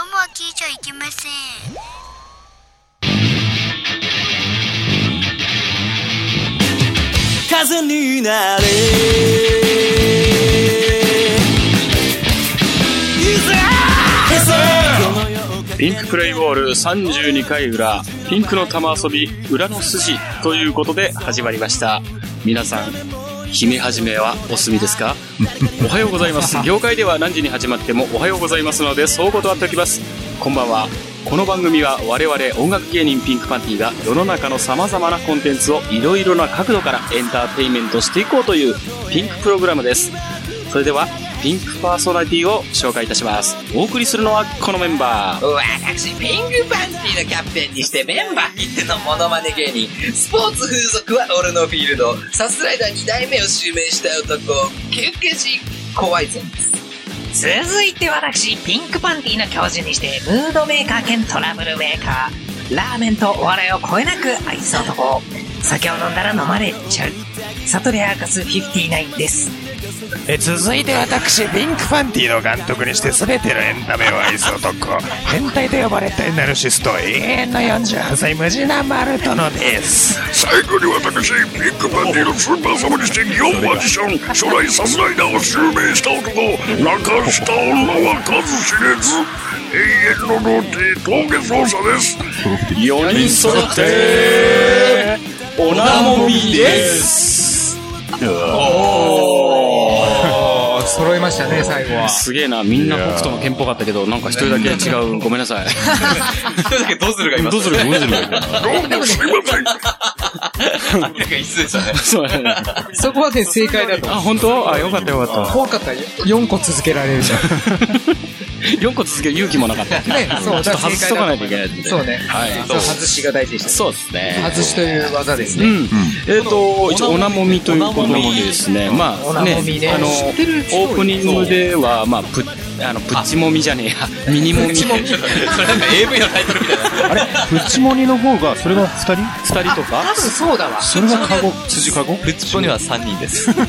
ゃいけません。風になれピンクプレイボール32回裏、ピンクの玉遊び、裏の筋ということで始まりました。皆さん、姫始めはお済みですかおはようございます。業界では何時に始まってもおはようございますので、そう断っておきます。こんばんは。この番組は我々音楽芸人ピンクパンティが世の中の様々なコンテンツをいろいろな角度からエンターテインメントしていこうというピンクプログラムです。それでは、ピンクパーソナリティを紹介いたします。お送りするのはこのメンバー。私、ピンクパンティのキャプテンにしてメンバー切ってのモノマネ芸人。スポーツ風俗は俺のフィールド。サスライダー2代目を襲名した男、キュッキュシ、怖いぞ。続いて私、ピンクパンティの教授にして、ムードメーカー兼トラブルメーカー。ラーメンとお笑いをこえなく愛す男。酒を飲んだら飲まれちゃう。サトレアーカス59です。え続いて私ピンクパンティの監督にして全てのエンタメを愛す男変態と呼ばれたナルシスト永遠の48歳ムジナ・マルトノです最後に私ピンクパンティのスーパーサブにして日本マジシャン初代サスライダーを襲名した男中下女は数知れず永遠のロテ峠捜査です4人揃っておなもみですあ揃いましたね最後はすげえなみんな北斗の憲法があったけどなんか一人だけ違うごめんなさい一人だけドズルがいます。どうするどうするどうもすいませんなんか一緒でしたね。そうだねそこはね正解だとあ本当あよかったよ かっ怖かったよ4個続けられるじゃんた4個続ける勇気もなかったねそうちょっと外しとかないといけないんでそうねはいそう外しが大事でしたそうですね外しという技ですうねん、えっ、と、一応、おなもみということですね。まあ、ね、あの、オープニングでは、まあ、プッ、あの、プッチもみじゃねえや、ミニもみ。それなんか AV のタイトルみたいな。あれプッチモニの方がそれが2人二人とか多分そうだわそれがカゴ辻カゴルッチポには3人です。な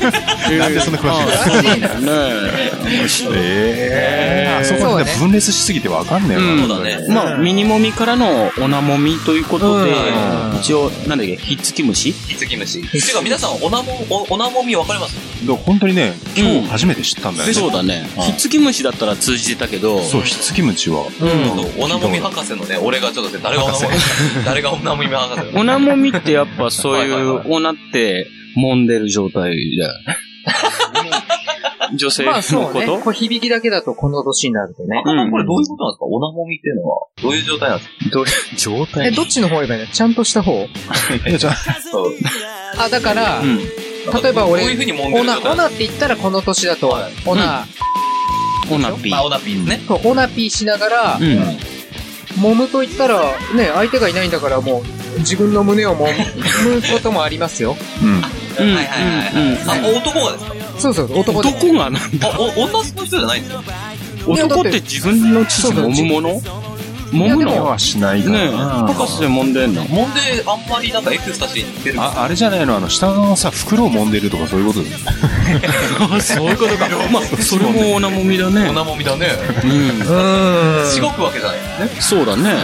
んでそんな詳しいんだねえー、あそこはね分裂しすぎてわかんねえな、うんそうだねまあ、ミニモミからのオナモミということでう、一応、なんだっけ、ひっつき虫ひつき虫。てか皆さん、おなも、おおなもみわかりますだから本当にね今日初めて知ったんだよね、そうだね。ひっつき虫だったら通じてたけど、そうひつきむちはおなもみ博士のね、俺がちょっとね誰がおなもみ、 誰がおなもみ博士オナモミってやっぱそうい、はいはいうオナって揉んでる状態だよね。女性まあのそうこねとこれ響きだけだとこの年になるとねなのこれどういうことなんですかおなもみっていうのは、どういう状態なんですか状えどっちの方言えばいいのちゃんとした方いやじゃあそうあだからうん。例えば俺どういうふうに揉んでオる状ナ態オナって言ったらこの年だとオナオナピまあ、オナピーですね。とオナピーしながらうん。揉むと言ったらね相手がいないんだからもう自分の胸を揉むこともありますようん。はいはいはいはい。あ、男がですかそうそう男でも男がなんあ、お、女の人じゃないんですかいやだ男っってて自分の父揉むもの揉むいやのはしないかねえ、らな、博士で揉んでんのもんで、あんまりなんかエクスタシーに似てる。ああれじゃないのあの下のさ袋を揉んでるとかそういうことだよねあそういうことか。まあ、それもオナモミだね。なもみだね。ううしんごくわけじゃない。ん。そうだね。う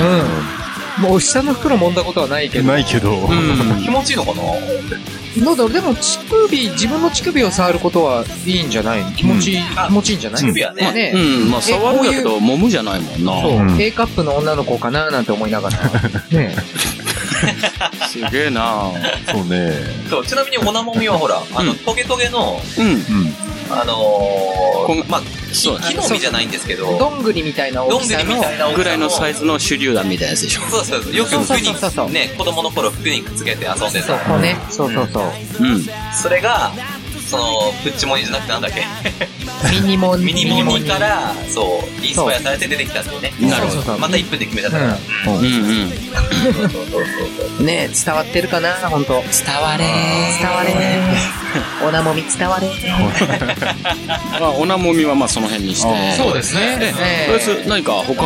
んもう下の袋揉んだことはないけどないけど、気持ちいいのかななんだろうでも乳首自分の乳首を触ることはいいんじゃない気持ちいい、気持ちいいんじゃない乳首はねまあね、うん。まあ、触るんだけど、揉むじゃないもんな。そう、うん A カップの女の子かななんて思いなが らねすげえなそうねそう、ちなみにオナもみはほら、あの、トゲトゲの、うん。うんあのこんー、まあ、そうだ木ねの実じゃないんですけど、どどんぐりみたいな大んきぐさりみのたいな大きさぐらいのサイズの手榴弾みたいなやつでしょ。そうそうそう。よく服そうそうそうそうに、ね、子供の頃服にくっつけて遊んでそうた。こうねそうそうそう、うん。それが、その、プッチモニじゃなくてなんだっけ ミニモンミニモニから、そう、インスパイアされて出てきたんだよね。なるほそどうそうそうまた1分で決めちゃったから。うんうそん。うそうそうそううんね伝わってるかな本当伝われー伝われ ーおなもみ伝われーまあ、オナモミはまあその辺にして。そうですねとりあえず何か他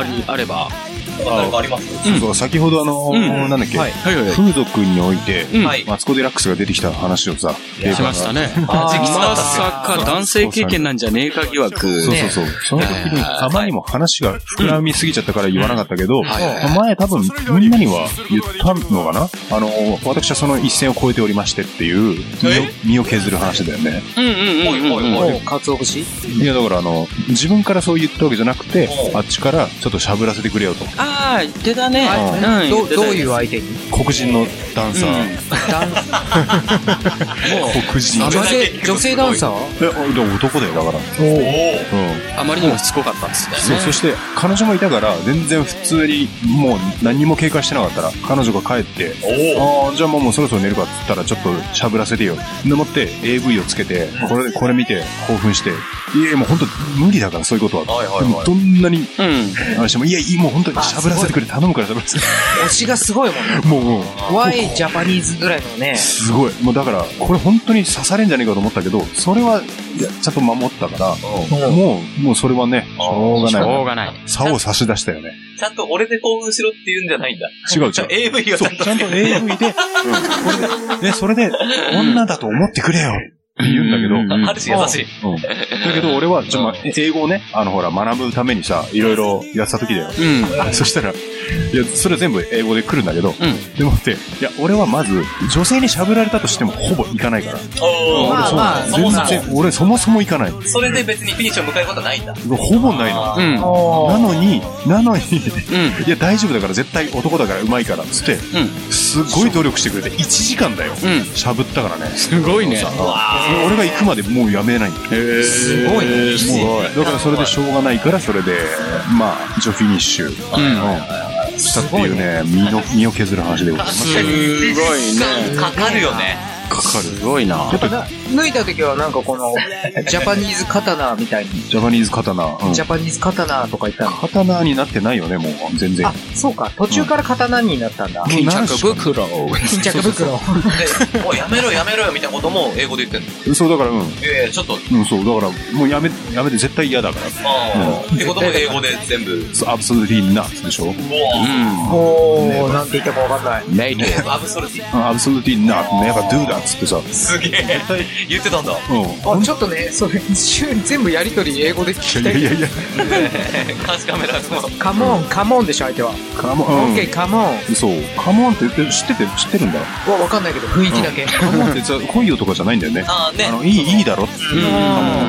ありあれば。他何かありますそうそう先ほどあのうー、なんだっけ、はいはいはいはい。風俗において、うんはい。マツコ・デラックスが出てきた話をさ、しましたね。あー、直筆だまったっすよ。さか男性経験なんじゃねえか疑惑。そうそうそう。その時に、あまりにも話が膨らみすぎちゃったから言わなかったけど、前多分みんなには言ったのかなあの、私はその一線を越えておりましてっていう、身を身を削る話だよね。うんうんうんうん。もう、かつお節いや、だからあの、自分からそう言ったわけじゃなくて、あっちからちょっとしゃぶらせてくれよと。ああ、言ってたね。あうんど言っうてどたういう相手に黒人のダンサー。ダ ンス黒人。あえ、女性、女性ダンサー男だよ、だから。うん。あまりにもしつこかったんですね。そう、そして彼女もいたから、全然普通に、もう何も警戒してなかったら、彼女が帰って、ああ、じゃあもうもうそろそろ寝るかっつったら、ちょっとしゃぶらせてよ。でもって AV をつけて、これ、これ見て、興奮して、いやいやもう本当無理だから、そういうことは。はいはいではもどんなに、うん。あれしても、いや、いい、もう本当にしゃぶらせてくれ、頼むからしゃぶらせて。 推しがすごいもん ね。もう、もう Y ジャパニーズぐらいのね。すごい。もうだから、これ本当に刺されんじゃねえかと思ったけど、それは、いやちゃんと守ったから、もう、もうそれはね、しょうがしない。ょうがない。竿を差し出したよね。い。ちゃんと俺で興奮しろって言うんじゃないんだ。違う違う。 AV をちそゃうんと。ちゃんと AV で、うんこれで、ね、それで、女だと思ってくれよって言うんだけど、うんあるし優しい。だけど俺は、ちょ、まあ、英語をね、あの、ほら、学ぶためにさ、いろいろやってた時だよ。うん。そしたら、いや、それは全部英語で来るんだけど、んでもって、いや、俺はまず、女性に喋られたとしても、ほぼ行かないから。おまーあそうまあ全そもそ然、俺そもそも行かない。それで別にフィニッシュを迎えることはないんだ。ほぼないの。うん。なのに、なのに、うん。いや、大丈夫だから、絶対男だから、うまいから、つって、すっごい努力してくれて、1時間だよ。うんしゃぶったからね。すごいね。俺が行くまでもうやめないんだよすごいねごい。だからそれでしょうがないからそれでまあ一応フィニッシュ、うんしたっていうね身の身を削る話でございますすごいね。かかるよね。すごいな。やっぱ脱いだ時はなんかこの、 ジャパニーズ刀みたいに、ジャパニーズ刀、うんジャパニーズ刀とか言ったの。刀になってないよねもう全然あ、そうか。途中から刀になったんだ。巾着袋。 巾着袋。で、もうやめろやめろよみたいなことも英語で言ってんの。そうだからうん、ういやいや、ちょっと、ん、そうだからもうやめやめて絶対嫌だからあーってことも英語で全部。そうアブソルティーナでしょうん。 おー、なんて言ったかわかんない。ネイティアブソルティ。アブソルティーナネバドゥーダっつってさすげえ。言ってたんだ。うあ、ちょっとね、それ、週全部やりとり英語で聞きんいたやいい。やいや監視カメラの。カモン、カモンでしょ、相手は。カモオン、ッケー、カモン。うん、そうカモンって言って知ってて知ってるんだわ、わかんないけど、雰囲気だけ。カモンってさ恋よとかじゃないんだよねああ、ねあ。のいいいいだろってうん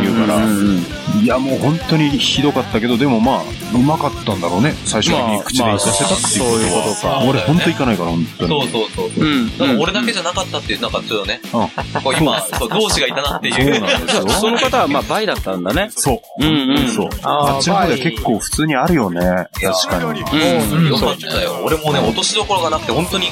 言うから、いやもう本当にひどかったけどでもまあうまかったんだろうね最初まにあ口で行かせたっていうことは、まあそういうことか俺本当行かないから本当にそうそうそう。うん。だから俺だけじゃなかったっていう、なんかちょっとね、こう今、そう、同志がいたなってそういう。なんですよ その方は、まあ、倍だったんだね。そううんうん。そうあーあっちの方では結構普通にあるよね確かにうん。よかったよ。俺もね、落としどころがなくて、本当に、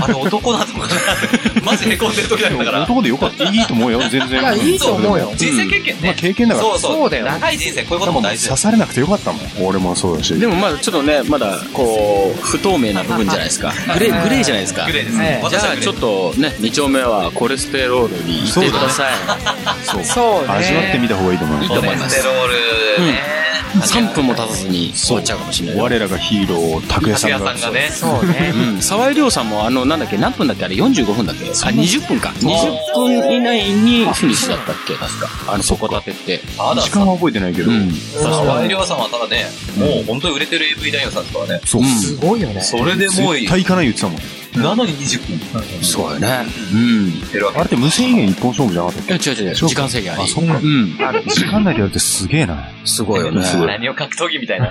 あれ男なのかなって、マジへこんでる時だったから。男でよかったいいと思うよ全然いや、いいと思うよ。人生経験まあね。経験だからそうそう。そうだよ長い人生、こういうことでもも刺大事だよ。されなくてよかったもん俺もそうだしでもまだちょっとね、まだこう、不透明な部分じゃないですか。グレー、グレーじゃないですか。グレーですえねえ。じゃあちょっとね、2丁目はコレステロールに行ってください。そうそうね。味わってみた方がいいと思いますいいと思いまコレスすテロールね。 3分も経たずに終わっちゃうかもしれないよ。我らがヒーロー拓也拓さん也がさんがね。そうね。うん。沢井亮さんもあの、なんだっけ、何分だっけあれ45分だっけあ、20分か。20分以内にフィニッシュだったっけ確か。あの、そこ立てって。あだ時、間は覚えてないけど、うん。沢井亮さんはただね、もう本当に売れてる AV 男優さんですからね。そう、うんすごいよね。それでもう、絶対行かない言ってたもんなのに20分。すごいよね。うん。ってるわけあれって無制限一本勝負じゃなかったっいけや、違う違う違う。そうか時間制限あり。あそっかうん。時間内でやるってすげえな。すごいよね。すごい何を格闘技みたいな。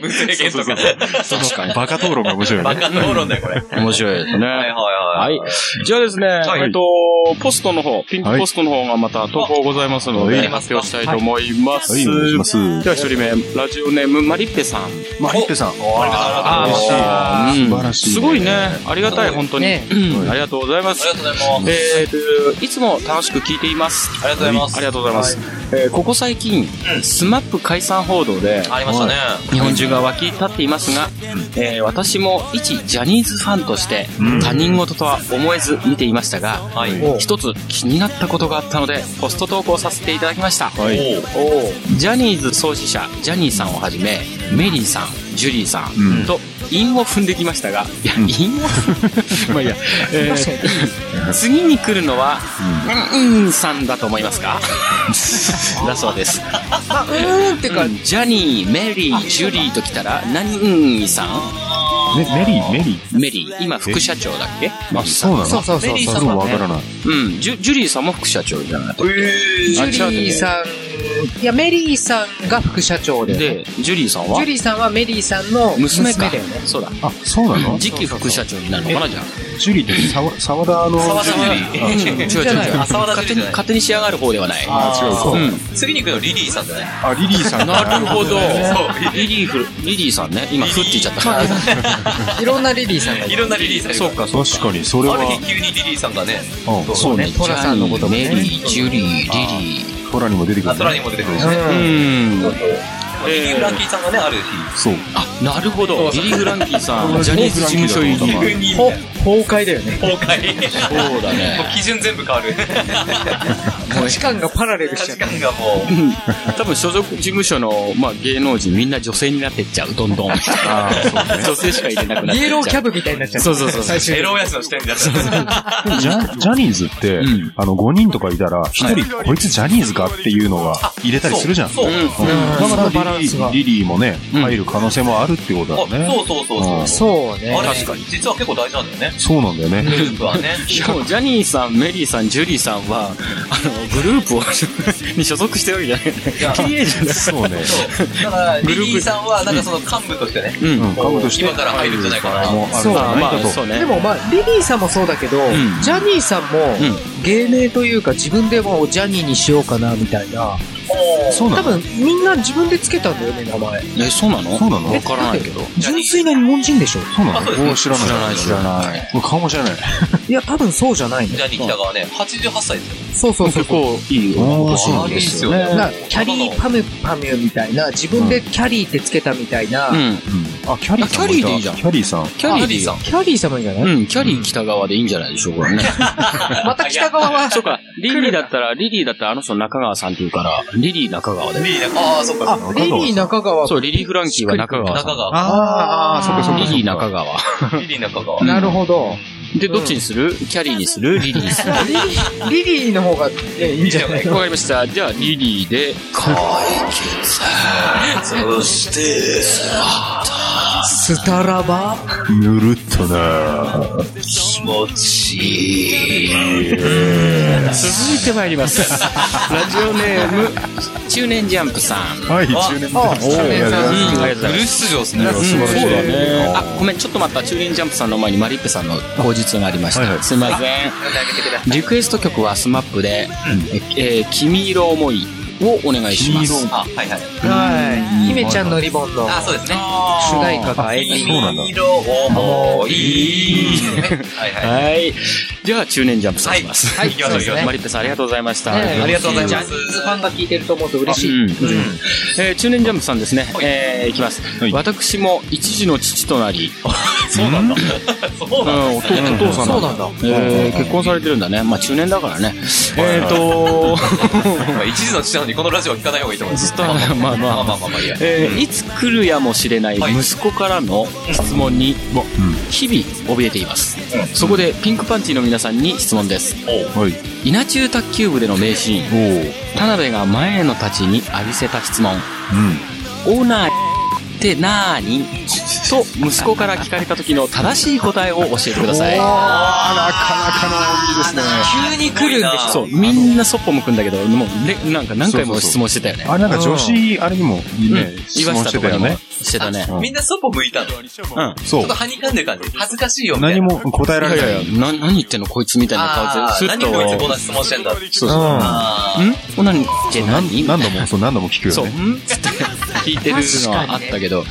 無制限とか。確かに。バカ討論が面白いバね。カ討論だよ、これ。はい面白いですね。はいははいい。。じゃあですね、いえっと、ポストの方、ピンクポストの方がまた投稿ございますのはで、い発表したいと思います。はい、お願いします。では一人目、ラジオネーム、マリッペさん。マリッペさん。ありがとうございます。あ嬉しい。素晴らしい。すごいね。。ありがたい、本当に。ねうんありがとうございますり。がとうございます。えーと、いつも楽しく聞いています。ありがとうございます。ありがとうございます。えーここ最近、スマップ解散報道で、ありましたね。日本中が沸き立っていますが、えー私も一ジャニーズファンとして他人事とは思えず見ていましたが、はい。一つ気になったことがあったのでポスト投稿させていただきましたはい。ジャニーズ創始者ジャニーさんをはじめメリーさんジュリーさうんんと韻を踏んできましたが、いや、うん韻を踏んまあいいや、え確かー、次に来るのは、うん、うんさんだと思いますかだそうです。うんってか、うんジャニー、メリー、ジュリーと来たら、何うんさんメメリーメリーメリー、今副社長だっけあそうなのそうそうそそううそそうう。そうわからないうん、ジュジュリーさんも副社長じゃないジあュリーさん、いや、メリーさんが副社長で。ジで、ジュリーさんはュリーさんはメリーさんの娘かだよね。そうだ。あそうなの次期副社長になるのかな、じゃあ。ジュリーって沢沢田の沢田ジュリージュ違う違うじゃない違う。浅和田勝ジュ手リーじゃに、ない勝手に仕上がる方ではない。あー違うかうん。次に行くのリリーさんじゃないあリリーさんなるほどそう。リリーフ、リリーさんね。今、フって言っちゃったから。 いろんなリリーさんがいいる。ろんなリリーさんいるそうか、そう確かにそれあはる日急にリリーさんがね、うんそうね。トラさんのこともねジャニーメリー、ジュリー、リリー。トラにも出てくるあ、空にも出てくるしね。ううんん。リリー・フランキーさんがね、ある日。そうあ、なるほど。リリー・フランキーさん、同ジじャニーズ事務所入フランキーだと思ったり。急にほ崩壊だよね。崩壊。そうもだう ね。基準全部変わる。価値観がパラレルし価ちゃっ値た。観がもう。多分所属事務所の、まあ、芸能人みんな女性になってっちゃう、どんどん。女性しか入れなくなっイてエっローキちゃャう。ブみたいになっちゃった。そうそうそう最終エ的にロ親父の視点になっちゃった。ジャジャニーズって、うんあの5人とかいたら1人、こいつジャニーズかっていうのが入れたりするじゃんそう。うんうんうんだかバラらリンリスーがリリーもねうん入る可能性もあるってことだよね、あそうそうそうそう。そうねあ。れ、実は結構大事なんだよね。そうなんだよグねループはね。しかも、ジャニーさん、メリーさん、ジュリーさんは、あの、グループを に所属してるわけじゃない。キリエじゃない。そうねそう。だから、リリーさんは、なんかその幹部としてね、うん。うん株として今から入るんじゃないかなもうあるんじそうあゃないまかあ、とそうね。でもまあ、リリーさんもそうだけど、んジャニーさんも、う芸名というか自分でもうジャニーにしようかなみたいな。そうな多の分みんな自分でつけたんだよね、名前。え、そうなのそうなのわからないけど。純粋な日本人で しょそうなあそうでのすねお知らない知らない知らない俺顔も知らないいや、多分そうじゃないのジ。ャニー北川ね、88歳ですよ。そうそうそう結そう。構いい女の子らしいんですよね。だからキャリーパムパムみたいな、自分でキャリーってつけたみたいな、うん。あキャリーさんもあキャリーでいいいじゃたんキャリーさんキャリーでいいさん。キャリー様じゃない、うん、キャリー北側でいいんじゃないでしょうかね。また北 側は、そうか、リリーだったら、リリーだったらあの人中川さんって言うから、リリー中川で。リリーああ、そっか。あ、リリー中川。そう、リリー・フランキーは中川さ中ん。川。あーそっかリリー中川。リリー中川。なるほど。で、どっちにするキャリーにするリリーにするリリー、リリーの方が、ね、いいんじゃないわかりました。じゃあ、リリーで、解決。そして、スタラバぬるっとな気持ちいい。続いてまいります。ラジオネーム、中年ジャンプさん。はい10年あ中年さんうん、ありがとうございます。出場ですね。素晴らしいそうだねあ、ごめん、ちょっと待った。中年ジャンプさんの前にマリッペさんの口述がありました。はいはいすいません。リクエスト曲はスマップで、えー君色思いをお願いします。君色あ、はいはい。はい。姫ちゃんのリボンのあ、そうですね。主題歌がエンディング。そうなんだ色思い。はいはい。はい。じゃあ、中年ジャンプさんいきます。はいはい行きましょう行きましょうマリッペさん、ありがとうございました。ねえありがとうございジまャニす。ーズファンが聞いてると思うと嬉しい。うんえー中年ジャンプさんですね。えーいきます。はい私も一児の父となり、そうなんだ。 そうなんだ。うんお父お父さんそうだなんだ。えー結婚されてるんだね。まあ、中年だからね。えっ、と まあ一時の父なのにこのラジオは聞かない方がいいと思います。 まあまあまあまあまあまあいいや。えーいつ来るやもしれないはい息子からの質問に日々怯えています、そこでピンクパンティの皆さんに質問ですはい稲中卓球部での名シーンおお田辺が前野たちに浴びせた質問うん「オーナーってなーに?」と息子から聞かれた時の正しい答えを教えてくださいあなかなかのいいですね急に来るんでそうみんなそっぽ向くんだけどもうれなんか何回も質問してたよねあれなんか女子あれにもねうん質問してたよねしてたねみんなそこ向いたの。ちうんそょうっとはにかんでる感じ。恥ずかしいよみたい何な。も答えいられないやいやな何言ってんのこいつみたいな顔あーでスッ何こいつこんとな質問してんだ。そうそうあーんオナニーって何何度も、そう、何度も聞くそう、よんね。つって聞いてるのはあったけど、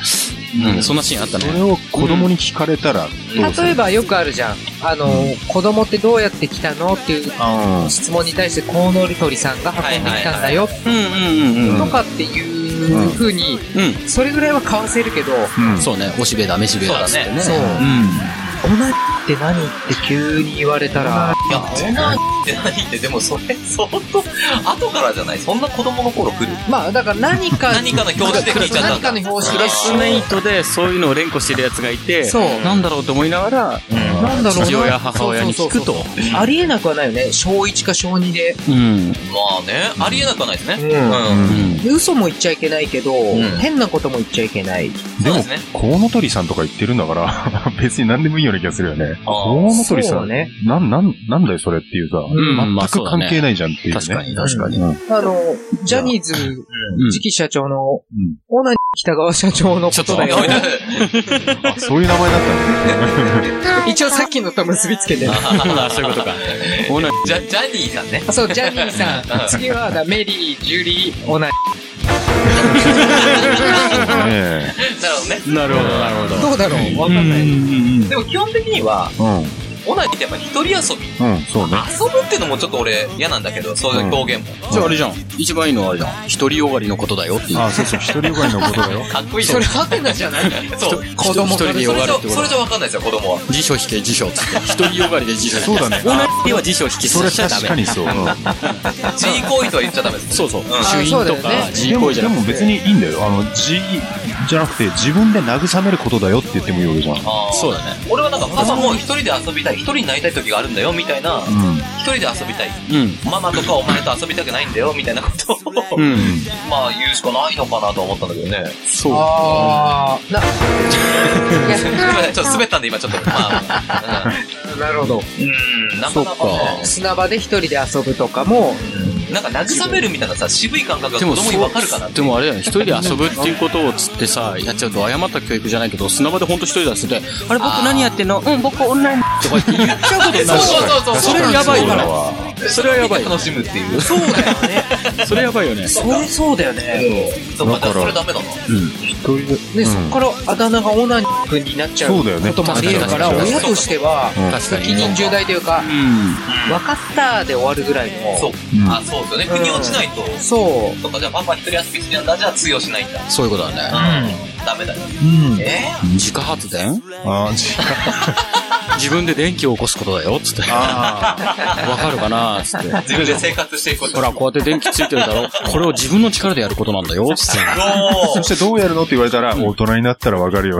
うん、そんなシーンあったそね。れを子供に聞かれたら、どうする例えばよくあるじゃん。あの、子供ってどうやって来たのっていうあー質問に対してコウノリトリさんが運んできたんだようんうんうんとかっていう風に、うん。それぐらいは買わせるけど、うんうん。そうね、おしべだ、めしべだっつってね。そう。オナニーって何って急に言われたら、いや、オナニーって何って、でもそれ相当、後からじゃないそんな子供の頃来るまあ、だから 何か、何かの表紙で聞いちゃった何んだかの表ク紙ラで。スメイトでそういうのを連呼してるやつがいて、そうなんだろうと思いながら、なんだろうな父親母親に聞くとそうそうそうそうありえなくはないよね。小1か小2で。うん。まあね、ありえなくはないですね。うんうん。で嘘も言っちゃいけないけど、ん変なことも言っちゃいけない。でそうでもすね、コウノトリさんとか言ってるんだから、 別に何でもいいような気がするよね。あーコウノトリさ、そうんねなん、なん、なんだよそれっていうさ、んまあ全そうくだね関係ないじゃんっていうね。確かに、確かに。うんあの、ジャニーズうん次期社長の、オーナー北川社長のことだよ。あ、そういう名前だったんだね。一応さっきのと結びつけて。あそういうことか。オナニジャ、ジャニーさんね。あそう、ジャニーさん。次はだメリー、ジュリー、オーナー。 ねなるほどね。ーなるほど、なるほど。どうだろうわかんない。でも基本的には、うオナニーってやっぱ一人遊び。ん。うん、そうね。遊ぶっていうのもちょっと俺嫌なんだけど、そういう表現も。じゃああれじゃん。一番いいのはあれじゃん。一人よがりのことだよっていう。あ、そうそう、一人よがりのことだよ。かっこいいそれハテナじゃないそう。子供一人でそよれがじるゃってことそれじゃわかんないですよ、子供は。辞書引け、辞書っつって。一人よがりで辞書引け。そうだねオナニーは辞書引き それしちゃダ確かメ。にそう。うん自慰行為とは言っちゃダメです。そうそう。あ主因そとうだよかね、自慰で行も、為じでゃなくも別にいいんだよ。あの、じ、じゃなくて、自分で慰めることだよって言ってもいいわけじゃん。あーそうだね。俺はなんか、パパも一人で遊びたい、一人になりたい時があるんだよ、みたいな。う一人で遊びたい。うん。ママとかお前と遊びたくないんだよ、みたいなことを、うん。まあ言うしかないのかなと思ったんだけどね。そう。あー、な、すいま せんちょっと滑ったんで今ちょっと、まあ、なるほど。うん、うんなかなかね、砂場で一人で遊ぶとかも、なんか慰めるみたいなさ、渋い感覚がで子も供にそうわかるかなってで。もあれだよね、一人で遊ぶっていうことをつってさ、やっちゃうと誤った教育じゃないけど、砂場でほんと一人で遊んで、あれ僕何やってんのうん、僕オンラインとか言って言 っちゃうことになるそうそうそうそうそれやばいよね。それはやばいよ。楽しむっていう。そうだよね。それやばいよね。それそうだよね。そう、まあ、だからそれダメだな。で、そっからあだ名がオナニー君になっちゃうそうだよねこともあり得るから、確かに親としては、うん確かに。責任重大というか、うん。分かったで終わるぐらいの。そう。んあ、そうですよね。国落ちないと。そう。とか、じゃあパパ一人遊び好きなんだ、じゃあ通用しないんだ。そういうことだね。うん。ダメだよ。うん。え自家発電あー、じ自分で電気を起こすことだよ、つって。わかるかなつって。ー自分で生活していくこと。ほら、こうやって電気ついてるだろ。これを自分の力でやることなんだよ、つって。おそーしてどうやるのって言われたら、大人になったらわかるこよ。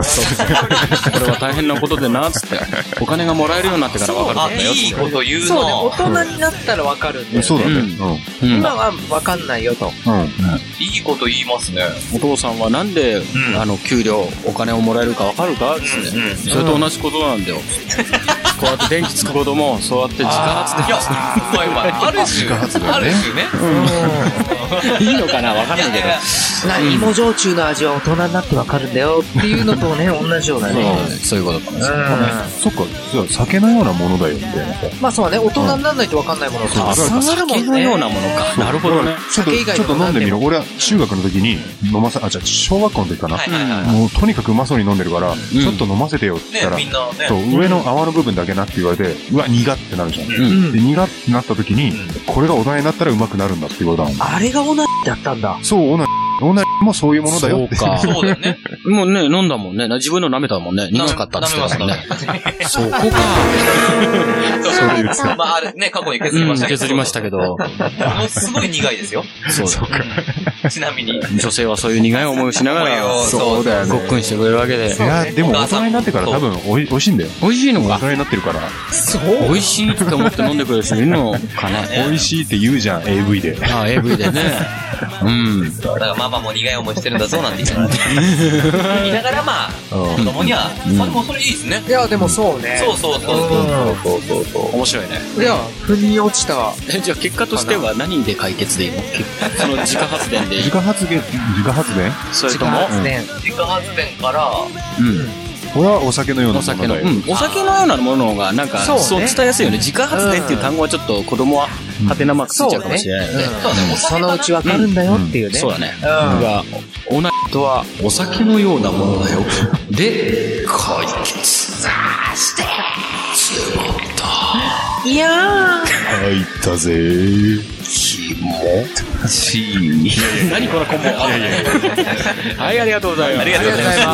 れは大変なことでな、つって。お金がもらえるようになってからわかるんあ、だよ、いいつっこと言うそうね、大な人になったらわかるんだよねそうだね。て。うん今はわかんないよと。うん。うん。いいこと言いますね。お父さんはなんで、んあの、給料、お金をもらえるかわかるかつって、うんうんそれと同じことなんだよ。こうやって電気つくことも、そうやって時間発いや、うまいうまい。 ある種、ある種ね。電。いいのかなわかんないけど。何芋焼酎の味は大人になってわかるんだよっていうのとね、同じようなね。そうそういうことかもしれない。うそっか、そう酒のようなものだよ、みたいな。ん。まあそうだね、大人にならないとわかんないものそうたくさんあるもんね。酒のようなものか。なるほどね。ちょっと、酒以外ちょのっと飲んでみろ。俺は中学の時に飲まさ、あ、じゃあ小学校の時かな。はいはいはい。もうとにかくうまそうに飲んでるから、ちょっと飲ませてよって言ったら、ね、みんなね。そう上の泡の部分だけなって言われて、うわ、苦ってなるじゃん。うんで、苦ってなった時に、これがお題になったらうまくなるんだって言われたの。あれが同じだったんだ。そう、オナ、オナもそういうものだよって。そうか。 そうだよ ね。もうね、飲んだもんね。な自分の舐めたもんね。苦かったっつってたもんね。そこか。そうまあ、あれね、過去に削りうまん、したけど。削りましたけど。ものすごい苦いですよ。そうだちなみに。女性はそういう苦い思いをしながら、そうだよごっくんしてくれるわけでい。や、でも大人になってから多分おい美味しいんだよ。美味しいの大か人になってるから。美味しいって思って飲んでくれる人いるのか ね。美味しいって言うじゃん、AV で。ああ、AV で ね。うん。だからママも苦い思いしてるんだぞなんて言い ながら。言いながらまあ、子供には、まあでもそれいいですね。いや、でもそうね。そうそうそう。面白いね。いや、腑に落ちた。え、じゃあ結果としては何で解決でいいのその自家発電でいい自家発電、自家発電それ時と間も、発電。自家発電から、うん。これはお酒のようなおもの酒の、だうよ。ん。お酒のようなものの方が、なんか、そうねそう伝えやすいよね。自家発電っていう単語はちょっと子供は、はてなマークついちゃうかもしれないので。うんそのうちわかるんだよっていうね。そうだね。僕が、オナニとはお酒のようなものだよ。で、解決。いやー。入ったぜー。何このコンボ。はい、ありがとうございます。ありがとうござい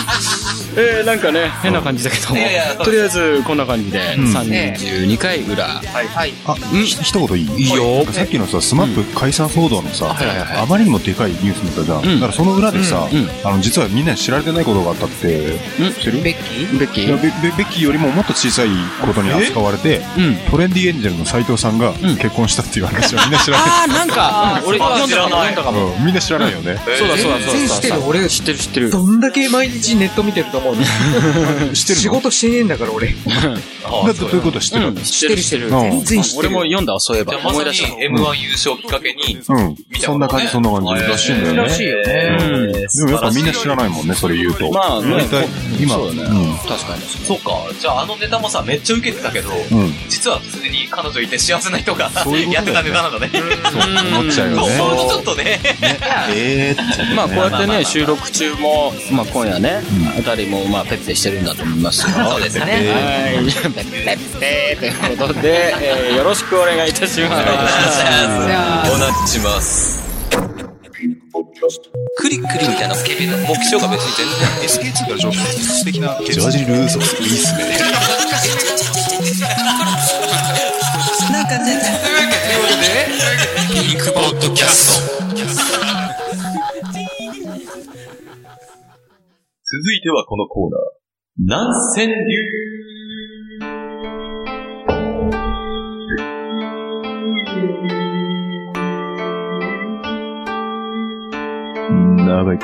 ます。えー、なんかね、変な感じだけどもいやいや、とりあえずこんな感じで、ん32回裏。あ、ひ一言いいいいよ。さっきのさ、スマップ解散騒動のさ、はいはいはいあまりにもでかいニュースだったじゃん。うんだからその裏でさ、うんうんあの、実はみんなに知られてないことがあったって、知ってるベッキベッキいやーベベベッキーよりももっと小さいことに扱われて、うん。トレンディエンジェルの斎藤さんが結婚したっていう話はみんな知らない。あー、なんか、俺、読んだかも、読んだかも。うんみんな知らないよね。そうだそうだそうだ。全然知ってる俺知ってる知ってるー。どんだけ毎日ネット見てると 思うの知って仕るの事してねえんだから俺。だってどういうこと知ってうるん、知ってる知ってる。うん全然知って俺る。も読んだわ、そういえばじゃ。あま思さいに出した。 M1 優勝をきっかけに、うん。見たそもんんなね感じ、そんな感じ。らしいんだよねうんうんでもやっぱみんな知らないもんね、それ言うと。まあね大体、今、そうだねうん確かに。そうか。じゃああのネタもさ、めっちゃ受けてたけど、うん。実は普通に彼女いて幸せな人がそういうことだよねやってたネタなのね。そう思っちゃうそうよ思うね。とちょっとね。ええってねまあ、こうやってね、収録中も、まあ、今夜ね、あたりも、まあ、ペッペしてるんだと思いますよ。そうですね。はい。ペッペッペということで、えーよろしくお願いいたします。お願いします。クリックリみたいなスケベな目標が別に全然ないです。ジョージ・ルーソーいいっすね。続いてはこのコーナー。南千流長い。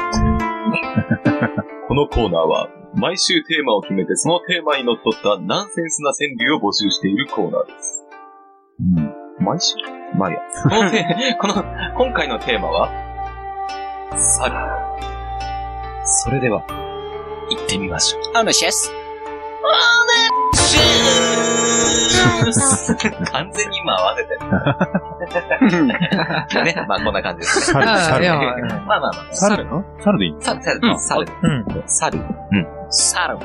このコーナーは、毎週テーマを決めてそのテーマにのっとったナンセンスな川柳を募集しているコーナーです。うん。毎週毎朝。このテーこの、今回のテーマは、猿。それでは、行ってみましょう。あの、シェス。完全に今合わせてる。ね、まあこんな感じですね。猿、あーい猿。やまあまあまあ。猿の猿でいい猿、猿、うん猿、うん。猿。ん猿。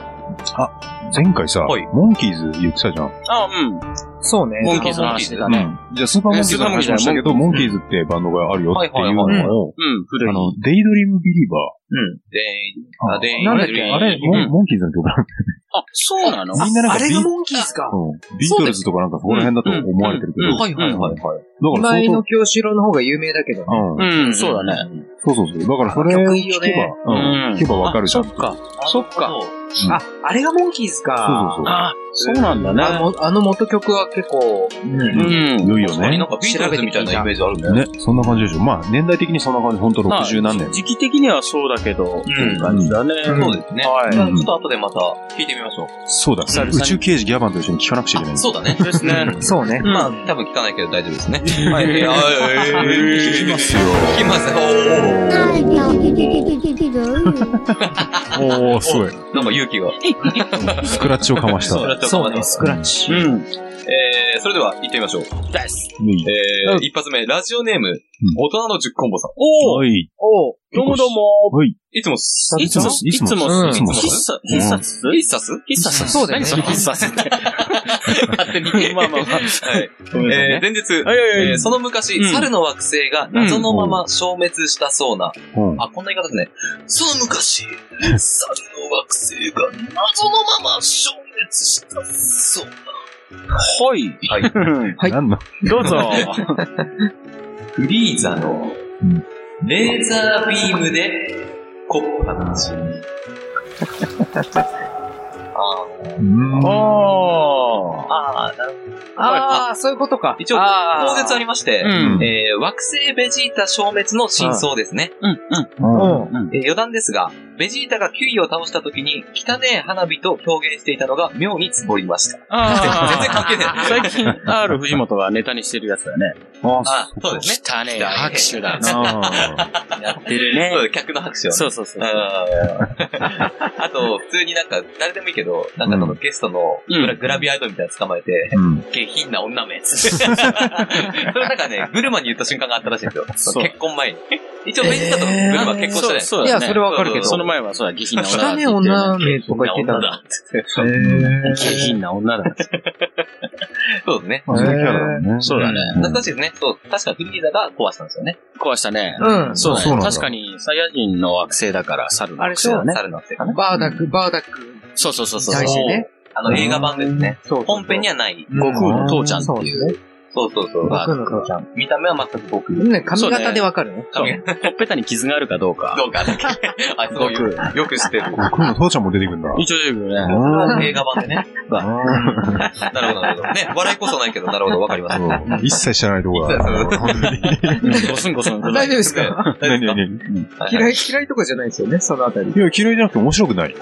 前回さはい、モンキーズ言ってたじゃん。あ、うん。そうね。モンキーズの話だね。じゃあ、スーパーモンキーズの話もしたけど、モンキーズってバンドがあるよっていうのはいはいを、うん、古あい。の、デイドリームビリーバうん。で、あ、で、なんだっー。けあれ、モンモンキーズの曲なんあ、そうなのみんななんかあれビがモンキーズか。うんビートルズとかなんかそこら辺だと思われてるけうんうんど。。はいはいはいだから前相の京志郎の方が有名だけどね。当、うん。うん、そうだね。そうそうそう。だからそれあを曲いい聞よけねば、うん。聞けばわかるじゃん。あそうそっか。そっか。あ、あれがモンキーズそうか。あ、そうなんだね。あの、あの元曲は結構、う。うんそう。いよ確いかになよんかビートルズみたいなイメージあるね。ね、ね。そんな感じでしょ。まあ、年代的にそんな感じ、ほんと60何年。時期的にはそうだけど、っていう感じだね。そうですね。はいじゃあちょっと後でまた聞いてみましょう。そうだ。久々宇に宙刑事ギャバンと一緒に聞かなくちゃいけない。そうだね。ですね。そうね。まあ、多分聞かないけど大丈夫ですね。ははい。い。 聞聞きますよ。聞きますよ。おー、すごい。おーなんか勇気が。スクラッチをかました。そうだったそうね、スクラッチ。うん。えー、それでは行ってみましょう。えー、一発目、ラジオネーム、大人の十コンボさん。おーはい。おうどうもどうもはい。いつも、いつも、いつも、うんいつも、必殺、必殺必殺必殺そうだよね何それ必殺 って。勝手に。まあまあまあはい。ごめんなさいえね。ー、前日、はいはいはいえーその昔、うん猿の惑星が謎のまま消滅したそうな、うん。あ、こんな言い方ですね。その昔、猿の惑星が謎のまま消滅したそうはい。な。はい。はい何のどうぞ。フリーザのうんレーザービームでコッパの 死に。うん おー。ああ、なるほどああ、そういうことか。一応、あー当説ありまして、うん。えー惑星ベジータ消滅の真相ですね。うん。うん。うん。えー余談ですが、ベジータがキュウリを倒した時に汚え花火と表現していたのが妙につぼりました。 あー全然関係ねえ。最近、R 藤本がネタにしてるやつだね。ああ、そうですね。汚ねえ汚ねえ拍手だ。あやってるねそうです客の拍手をね。そうそうそう。あー あと、普通になんか、誰でもいいけど、なんかそのゲストのグラ,、うんグラビアアイドルみたいなの捕まえ て、ーうん。下品な女めっつって。それなんかね、グルマに言った瞬間があったらしいんですよ。そう結婚前に。一応、ベニカとグルは結婚してない。そういだや、ねそれはわかるけど。その前は、そうだ、下品な女だ汚ってね言ってる女名とか言ってた女だ。下品な女だって。そうですね。まあ、そういうキャラだもんね。そうだね。懐かしいですね。そう。確かフリーザが壊したんですよね。壊したね。うん。そうだそね。うなんだ確かに、サイヤ人の惑星だから、猿の惑星そだうね。猿のせいかな。バーダック、バーダックそうそうそうにそう対。してね。あの、映画版ですね。そうそうそう本編にはない。悟空の父ちゃんっていううね。そうそうそ悟う。空の父ちゃん。見た目は全く僕。ね、髪型でわかるね。そうほっぺたに傷があるかどうか。どうかだけ。あ、そういう。よく知ってる。悟空の父ちゃんも出てくるんだ。一応出てくるね。うん映画版でね。なるほど、なるほど。ね、笑いこそないけど、なるほど、わかります。うん一切知らないとこだ。本当にゴスンゴスン。大丈夫ですか何何嫌い、嫌いとかじゃないですよね、そのあたり。いや、嫌いじゃなくて面白くない。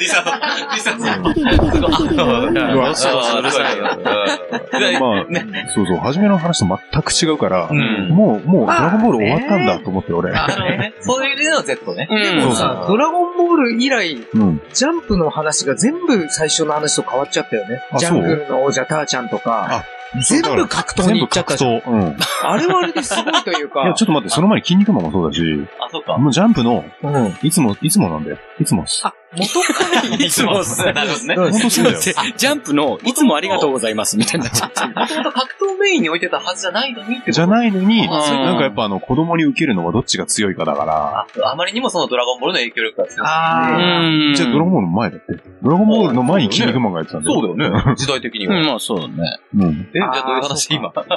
リサさん、リサさん。うゴスンゴスンうるさいよ。んまあ、そうそう、初めの話と全く違うから、んもう、もう、ドラゴンボール終わったんだと思って、俺。なるほどね。そういう意味での Z ね。うんそうさあドラゴンボール以来、うん。ジャンプの話が全部最初の話と変わっちゃったよね。あジャングルの王者ターちゃんとか、全部格闘に行っちゃったじゃん。全部格闘うん。いあれはあれですごいと いうかや、、ちょっと待って、その前に筋肉マンもそうだし、あ、そっか。もうジャンプの、うんいつも、いつもなんだよ。いつもっす。元から、いつもっすなるほどね。本当そうだ よ。ジャンプの、いつもありがとうございます、みたいになっちゃってる。もともと格闘メインに置いてたはずじゃないのにってじゃないのんに、なんかやっぱあの、子供に受けるのはどっちが強いかだから、ああまりにもそのドラゴンボールの影響力が強あじゃあ ドラゴンボールの前だって。ドラゴンボールの前に筋肉マンがやってたんだよ。うだよね。時代的にうは。ん、え、まあそうだね。うん。じゃあどういう話今。だか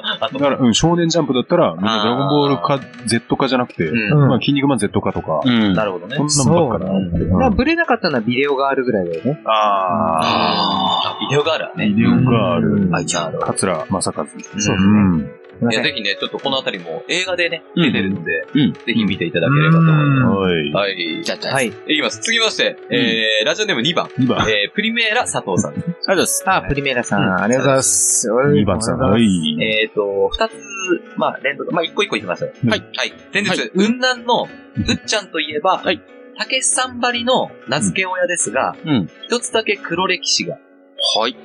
ら、うん、少年ジャンプだったら、みんなドラゴンボールか、Z 化じゃなくて、うんまあ、筋肉マン Z 化とか、うん。なるほどね。そんなんばっかだなって。まあ、ブレなかったのはビデオがあるぐらいだよね。ああ。ビデオガールはね。ビデオガール、あいちゃんある。桂正和。そうですねん。いや、ぜひね、ちょっとこのあたりも映画でね、出てるので、うんぜひ見ていただければと思いまはいす。。はい。じゃはい。あ、いきます。続きまして、えー、ラジオネーム2番、 2番。えー、プリメーラ佐藤さん。ありがとうございます。あ、プリメラさん、ありがとうございます。 2番さん。あはりい。えっと、2つ、まあ、連続、まあ、1個1個いきましょう。。はいはい。先日、はい雲南の、うっちゃんといえば、はい。たけしさんばりの名付け親ですが、うん。一つだけ黒歴史が。はい。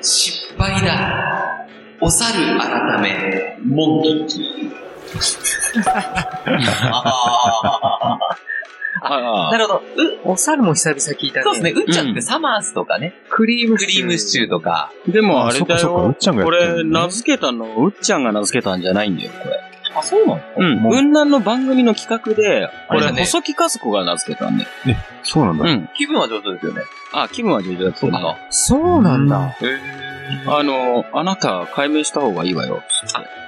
失敗だ。お猿改め、モンキー。あーあなあ。るほど。がとうございまう、すお猿も久々聞いたね。そうですね。うっちゃんっうてんサマースとかね、クリームクリームシチューとか、でもあれそっかだそっか、うっよ。ちゃんがやこってるれ、名付けたの、うっちゃんが名付けたんじゃないんだよ、これ。あ、そうなのうん。もう雲南の番組の企画で、こあれれ、だね細木和子が名付けたんだよ。そうなんだ。うん。気分は上手ですよね。あ、気分は上手だったね。あそうなんだ。あの、あなた、解明した方がいいわよ。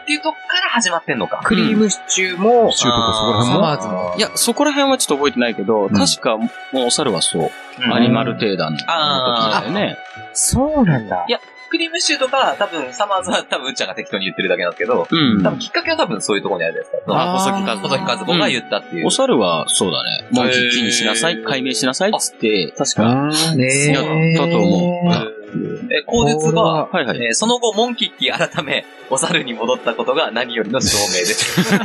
っていうとこから始まってんのか。クリームシチューも、シュートとかそこら辺サも。マーズも。いや、そこら辺はちょっと覚えてないけど、確か、もうお猿はそう。アニマル定団の時あだよね。そうなんだ。クリームシチューとか、多分、サマーズは多分、うっちゃんが適当に言ってるだけなんですけど、うん多。分、きっかけは多分そういうところにあるじゃないですか。あ細木和子細木和子が言ったっていう。お猿は、そうだね。もうへー気にしなさい、解明しなさいっつって、確か、あーねえ。やったと思う。え、口述が、はいはい。えーその後、モンキッキー改め、お猿に戻ったことが何よりの証明 です。そそうう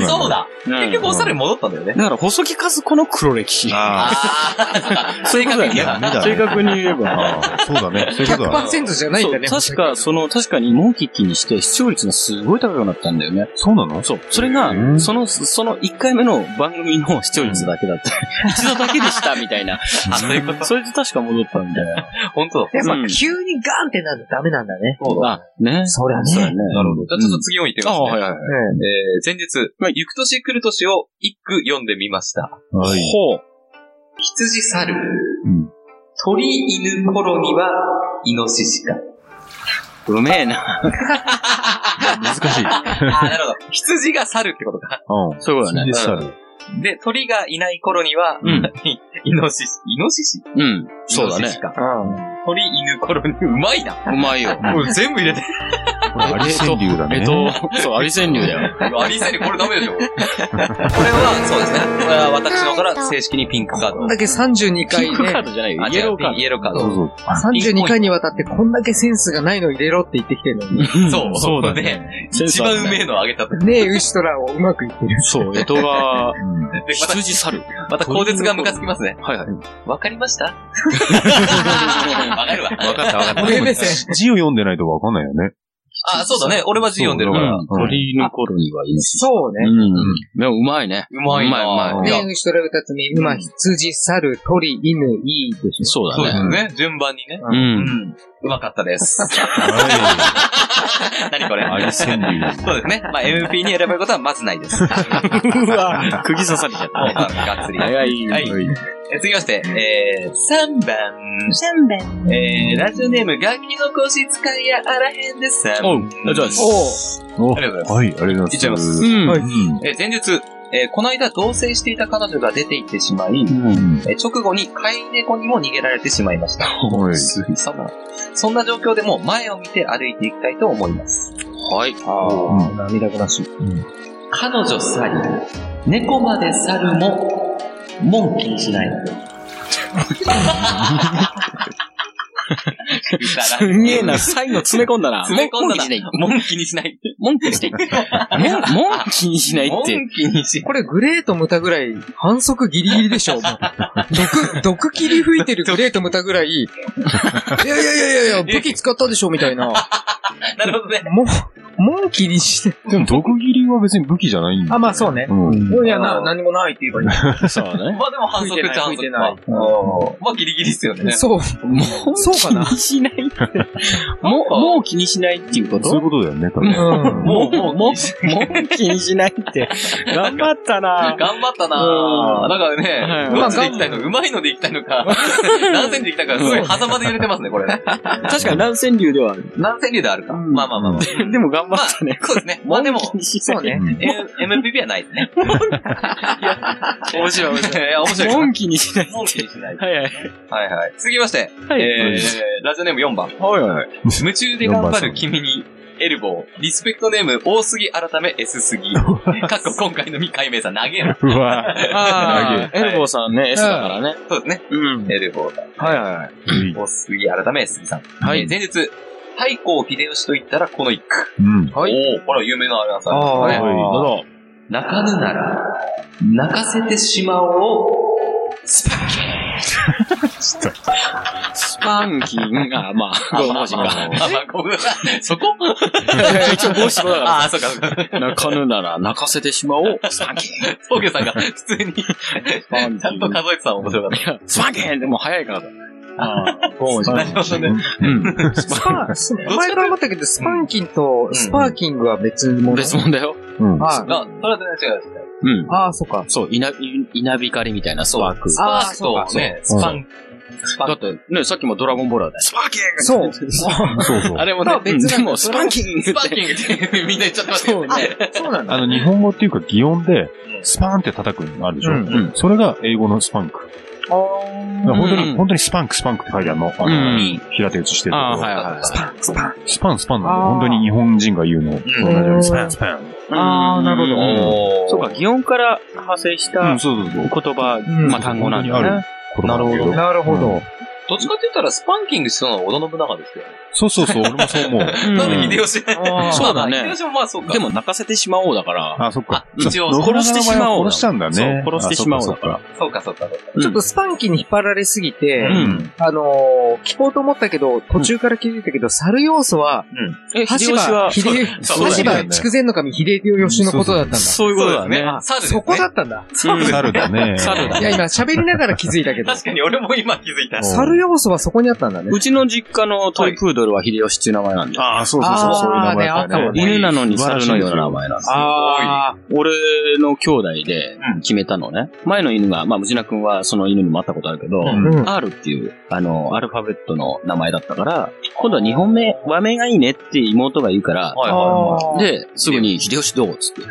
なんだ。だ。結局、お猿に戻ったんだよね。だから、細木和子の黒歴史。あああ、そういう正感確じにだ。ダメだね正確に言えば。あー。そうだね。そういうことだ。 100%じゃないんそうだね。確か、その、確かに、モンキッキーにして、視聴率がすごい高くなったんだよね。そうなのそう。それへーが、その、その1回目の番組の視聴率だけだった。一度だけでした、みたいな。あ、そういうこと。それで確か戻ったんだよ。本当だ。やっぱうん急にガンってなるとダメなんだね。そうだ。あ、ね。そりゃそうだね。ね。なるほど。じゃあ、ちょっと次を言ってみまあ、すはいね。はい。えー前日、行く年来る年を一句読んでみました。はい。ほう。羊猿、ん鳥犬頃には、イノシ シか。うめえな。難しい。ああ、なるほど。羊が猿ってことか。うそうだん。ねで。したね。で、鳥がいない頃には、うん。 イノシシ、イノシシうん。そうだイノねシシ。か鳥犬頃に、うまいな。うまいよ。俺全部入れて。これ、アリ川柳だね。えっと、そう、アリ川柳だよ。アリセリこれダメでし ょ。これは、そうですね。これは私の方から正式にピンクカードこん。だけ32ピ回ンクカーね、ドじゃないよ。あイエローカー違うイエローカーそドう。そう。 32回にわたってこんだけセンスがないの入れろって言ってきてるの に。ド。そう、そうだね。ね。一番うめえのあげたと。ねえ、ウシトラをうまくいってる。そう、江戸川、でまた、羊猿。また口舌がムカつきますね。はいはい。わかりましたわかるわ。わかったわかった俺目線。字を読んでないとわかんないよね。あ、そうだね。俺は字読んでるから。鳥の頃にはいいし。そううね。ん。でもうまいね。うまいなうまい、うまい。ね、牛とらうたつみ、馬、羊、猿、鳥、犬、いいでしょ。そうそうでだすね。ね。順番にね。う。うんん。うまかったです。は 何こい。れ。愛川柳。そうです ね。まあ、MP に選ばれることはまずないです。 うわ、釘刺されちゃっはいた。がっつり。早い。はい。え続きまして、えー、3番。3番。えー、ラジオネーム、ガキの腰使いやあらへんでさん。おう、ありがとうございます。おありがとうございます。はい、ありがとうございます。いっちゃいますうん。はい。えー前日、えーこの間同棲していた彼女が出て行ってしまい、うん。えー直後に飼い猫にも逃げられてしまいました。はい。すいさま。そんな状況でも前を見て歩いていきたいと思います。はい。うん涙ぐらしい。彼女去り、猫まで去るも、もん気にしない。すんげえな、最後詰め込ん だな。詰め込んだなもん気にしない。もん気にしない。もん気にしないもっんて。気にしこれ、グレートムタぐらい、反則ギリギリでしょ、もう。毒、毒切り吹いてるグレートムタぐらい、いやいやいやいやいや、武器使ったでしょ、みたいな。ない。なるほどね。もう、もう気にして。でも、毒斬りは別に武器じゃないんだ。あ、まあそうね。うん。いや、な、何もないって言えばいい。そうね。まあでも反則っちゃ吹反いて則ないか。うんまあギリギリっすよね。そう。そうかな気にしないって。もう、もう気にしないっていうこそういうとことだよね、多う分。ん。もう、もう、もう、もう気にしないって。頑張ったな頑張ったなうぁ。んだからね、はいどっちで行きたいのうまいので行きたいのか、 何線で行きたいのか、すごい狭間で揺れてますね、これね。確かに乱川流ではある。何線流であるか。まあまあまあまあ。 でも頑張まあったね。、そうですね。まあでも、気にしない。そうね。 MVP はないですね。面白い、面 いや、面白い。白いですもね。ん気にしない。文句にしない。はいはい。はいはい。続きまして、えー、ラジオネーム4番。はいはい。夢中で頑張る君に、エルボー。リスペクトネーム、大杉改め S 杉。かっこ今回の未解明さん、投げる。うわ。ああ、エルボーさんね、S だからね。そうですね。うん。エルボー。はいはい。大杉改め S 杉さん。はいえー前日、太閤秀吉と言ったらこの一句。うん。はい。おお、これは有名なアナウンサーあですーね。は泣かぬなら、泣かせてしまおう。スパッスパンキンが、まあ、5文字か。あ、まあ、ここ そこ一応帽子もだ から。ああ、そうか、そうか。泣かぬなら泣かせてしまおう。スパン キン。東京さんが普通に、パンキンちゃんと数えてたの面白かっいやスパンキンでも早いからだ。ああ、5文字た。なるほどね。うん。スパー、前から思ったけど、スパンキンとスパーキングは別物。別物だよ。い。うん。はい。あ、それは全然違う。うん。ああ、そっか。そう、いな、い稲光みたいなスパーク。あスパークとね、スパン、スパだンっ。て、ね、さっきもドラゴンボールだね。スパーキンそう。そうそう。あれもねまあ、別別なんだでも、スパンキンスっパーて。キングってみんな言っちゃってますよね。そうなんだ。あの、日本語っていうか、擬音で、スパーンって叩くのあるでしょ。うんうんそれが英語のスパンク。あーだから本当に、うん本当にスパンク、スパンクって書いてあるの。あの、うん平手打ちしてるとこああ、はいはい。スパンスパン、スパンなんであー、本当に日本人が言うの。同じようにスパン、スパン。ああ、なるほどおそうか、擬音から派生したうん、そうそうそ言。う葉、んまあ単語なんだあよるね。言葉だけど。なるほうど。どっちかって言ったら、スパンキングしたのは織田信長ですよね。そうそうそう、俺もそう 思う。うんなんで秀吉ね。あーそうだねまあまあ秀吉もまあそうか。でも、泣かせてしまおうだから。あ、そっか。一応、信長殺してしまおう殺したんだね。そう殺してしまおうあそっかそっかそうかそうかそうか。ちょっとスパンキンに引っ張られすぎて、うん。あのー聞こうと思ったけど、途中から気づいたけど、猿要素は、え、羽秀吉柴、は、秀吉、そう羽柴、筑前の神、秀吉のことだったんだ。そういうことだね。あ猿ですそね。こだったんだ。うん猿だね。猿だいや、今喋りながら気づいたけど。確かに俺も今気づいた。猿要素はそこにあったんだね。うちの実家のトイプードルは秀吉っていう名前なんだよ。ああ、そうそうそう、そういうあ名前ーねあったもんね犬なのに猿のような名前なんだよ。あ俺の兄弟で決めたのね。前の犬が、まあ、ムジナ君はその犬にも会ったことあるけど、ん R っていう、あの、アルファベットの名前だったから、今度は日本名、和名がいいねって妹が言うから、はいはあー。で、すぐに、秀吉どうっつって。い。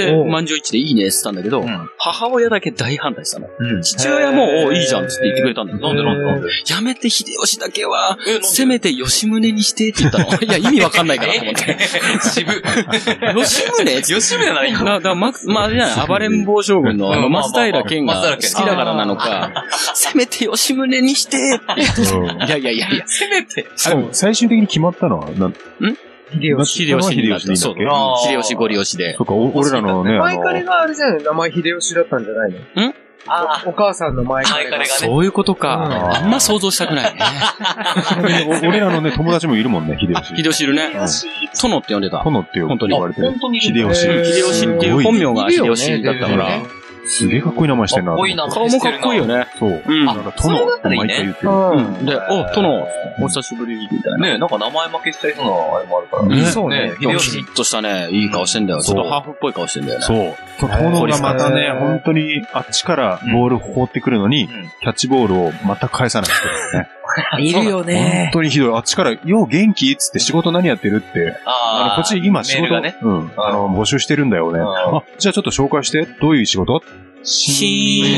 へでお、う満場一致でいいねっつったんだけど、ん母親だけ大反対したの。うん父親も、おういいじゃんっつって言ってくれたんだけど、なんでなんでなんでやめて秀吉だけは、え、せめて吉宗にしてって言った の。いや、意味わかんないからと思って。渋。 吉宗吉宗ならいいだからだから、マクまあ、あれじゃない、 暴れん坊将軍の、あうの、んまあ松平健がまあまあ好きだからなのか、 せめて吉宗にしてって言ってうんいやいやいやいや、せめて。あでも最終的に決まったのは、なん秀吉。秀吉になった。そそうう、あー秀吉ご利吉でそ。っか、お俺らのね、あ前彼の、があれじゃないの名前秀吉だったんじゃないのああ、お母さんの前か前ら彼がね。そういうことか。うんあんま想像したくないね。お俺らのね、友達もいるもんね、秀吉。秀吉いるね。吉。殿って呼んでた。殿って呼ば本当にれてる。秀吉。へー秀吉っていう本名がいるよ秀ね吉だったか出てるらね。すげえかっこいい名前してんな。かっこいい名前顔もかっこいいよね。そう。うんだ。から、殿って毎回言ってる。うんで、お、殿、お久しぶりみたいな。ねなんか名前負けしちゃいそうなあれもあるからね。ねそうねね。秀ヒ吉。ッとしたね。いい顔してんだよ。ちそょうっとハーフっぽい顔してんだよね。そう。そう殿がまたね、本当にあっちからボール放ってくるのに、うんキャッチボールをまた返さないっていうね。いるよ本ね。当にひどい。あっちから、よう元気っつって仕事何やってるって。あの、あこっち今仕メール事、がね。うん。あの、募集してるんだよね。うんあ、じゃあちょっと紹介して。どういう仕事シ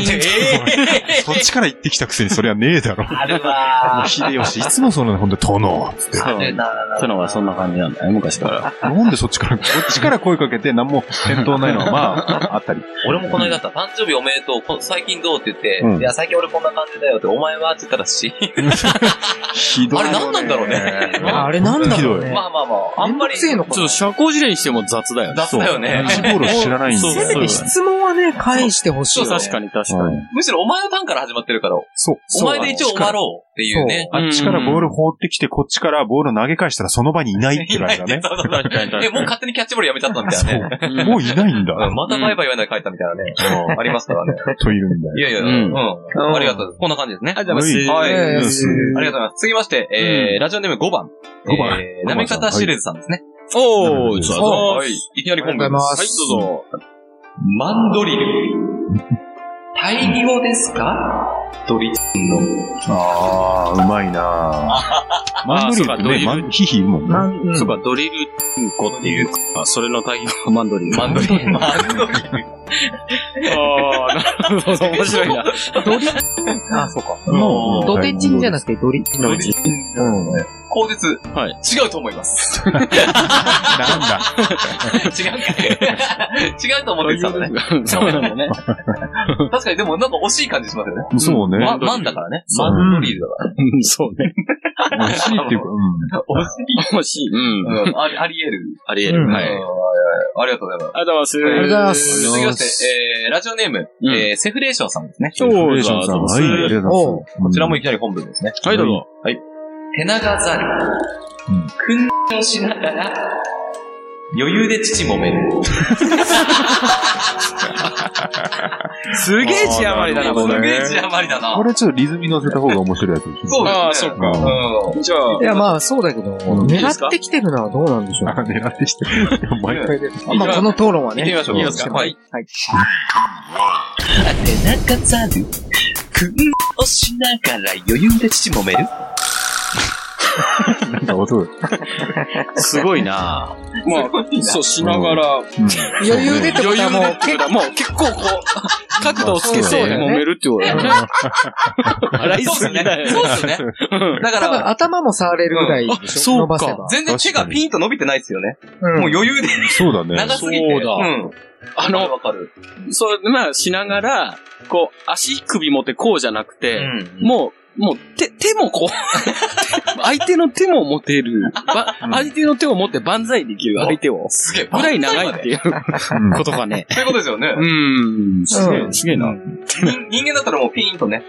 ーン。 そっちから行ってきたくせにそれはねえだろ。あるわもう秀吉、いつもその、ほんで、殿。つって。殿はそんな感じなんだね、昔から。なんでそっちから、こっちから声かけて何も返答ない のは、まあ、あったり。俺もこの間さ、誕生日おめでとう、こ最近どうって言って、うんいや、最近俺こんな感じだよって、お前はって言ったらし、ひどいよあね。れ何なんだろうね。あれなんだろうね。まあまあまあ、あんまりせえのかちょっと社交辞令にしても雑だよね。雑だよね。キャッチボールを知らないんだそうよせねめて質問はね、返してほしそいよう、ね。確かに確かに。むしろお前のターンから始まってるから、そう。お前で一応終わろうっていうね。。あっちからボール放ってきて、こっちからボール投げ返したらその場にいないって感じだね そうそうそうかにえ、もう勝手にキャッチボールやめちゃったみたいなね。うんもういないんうだん。またバイバイ言わないで帰ったみたいなね。ありますからね。といるんだいよ。やいや、ううんん。ありがとう。こんな感じですね。ありがとうございますはい。えあえうんすりがとうございます。続きまして、えー、ラジオネーム5番。 5番えー、なめ方シレズさんですね。おー、そうはだい。いきなり本あ文りがとうございますはい、どうぞ。マンドリル。タイ義語ですかドリあー、うまいな ぁ。マンドリルってね、マン、ヒヒいるもんね。うんそうか、ドリルチンコっていうか、それの対応 マンドリル。マンドリル。マンドリル。ああ、なるほど、面白いな。ドリ、あ、そうか。もドテチンじゃなくてドリ。ドリチン口実。はい違うと思います。なんだ。違う。違うと思ってたんだね。そうなんだね。 確かに、でもなんか惜しい感じしますよね。そうね。ママンだからね。そうマンドリルだから。うんそうね。惜しいっていうか、うん。 惜しい。欲しい。うん。うんありあり得る。あり得る。うんはい。うんあありがとうございます。りがとうございます。ありがとうございます続きまして、えー、ラジオネーム、うんえー、セフレーションさんですね。そうフレーションさん、はい、ありがとうございます。ここちらもいきなり本文ですね。はい、どうぞ。手長ざる。くんをしながら、余裕で父もめる。すげえ字余りだな、こすれ。げえ字余りだなこ。れちょっとリズムに乗せた方が面白いやつですね。そうああ、ですそね。っか。うん。じゃあい、や、まあ、そうだけど、ん狙ってきてるのはどうなんでしょう。あ狙ってしてる。毎回で。まあ、この討論は行ってみね。ましょう。いいいでですかはい。はい。手長ざる。くんをしながら余裕で父もめる。なんか音が。すごいなまあ、そう、しながら、余裕でってこと余は裕もでうってことはもう結構こう、角度をつけて、そうだよね揉めるってことだよね。笑いすぎだよね。そうですね。だか多分ら、頭も触れるぐらいでしょ、う伸んあばそうせかば。全然手がピンと伸びてないですよね。もう余裕でそうだね。長すぎて。そうだん。あの、わかる。そう、まあ、しながら、こう、足首持ってこうじゃなくうて、ん。もう、もう、手、手もこう、相手の手も持てる、ば相手の手を持って万歳できる相手を、すげえ。ぐらい長いっていううんことがね。ということですよねう。ん、すげえ、すげえな。人人間だったらもうピーンとね。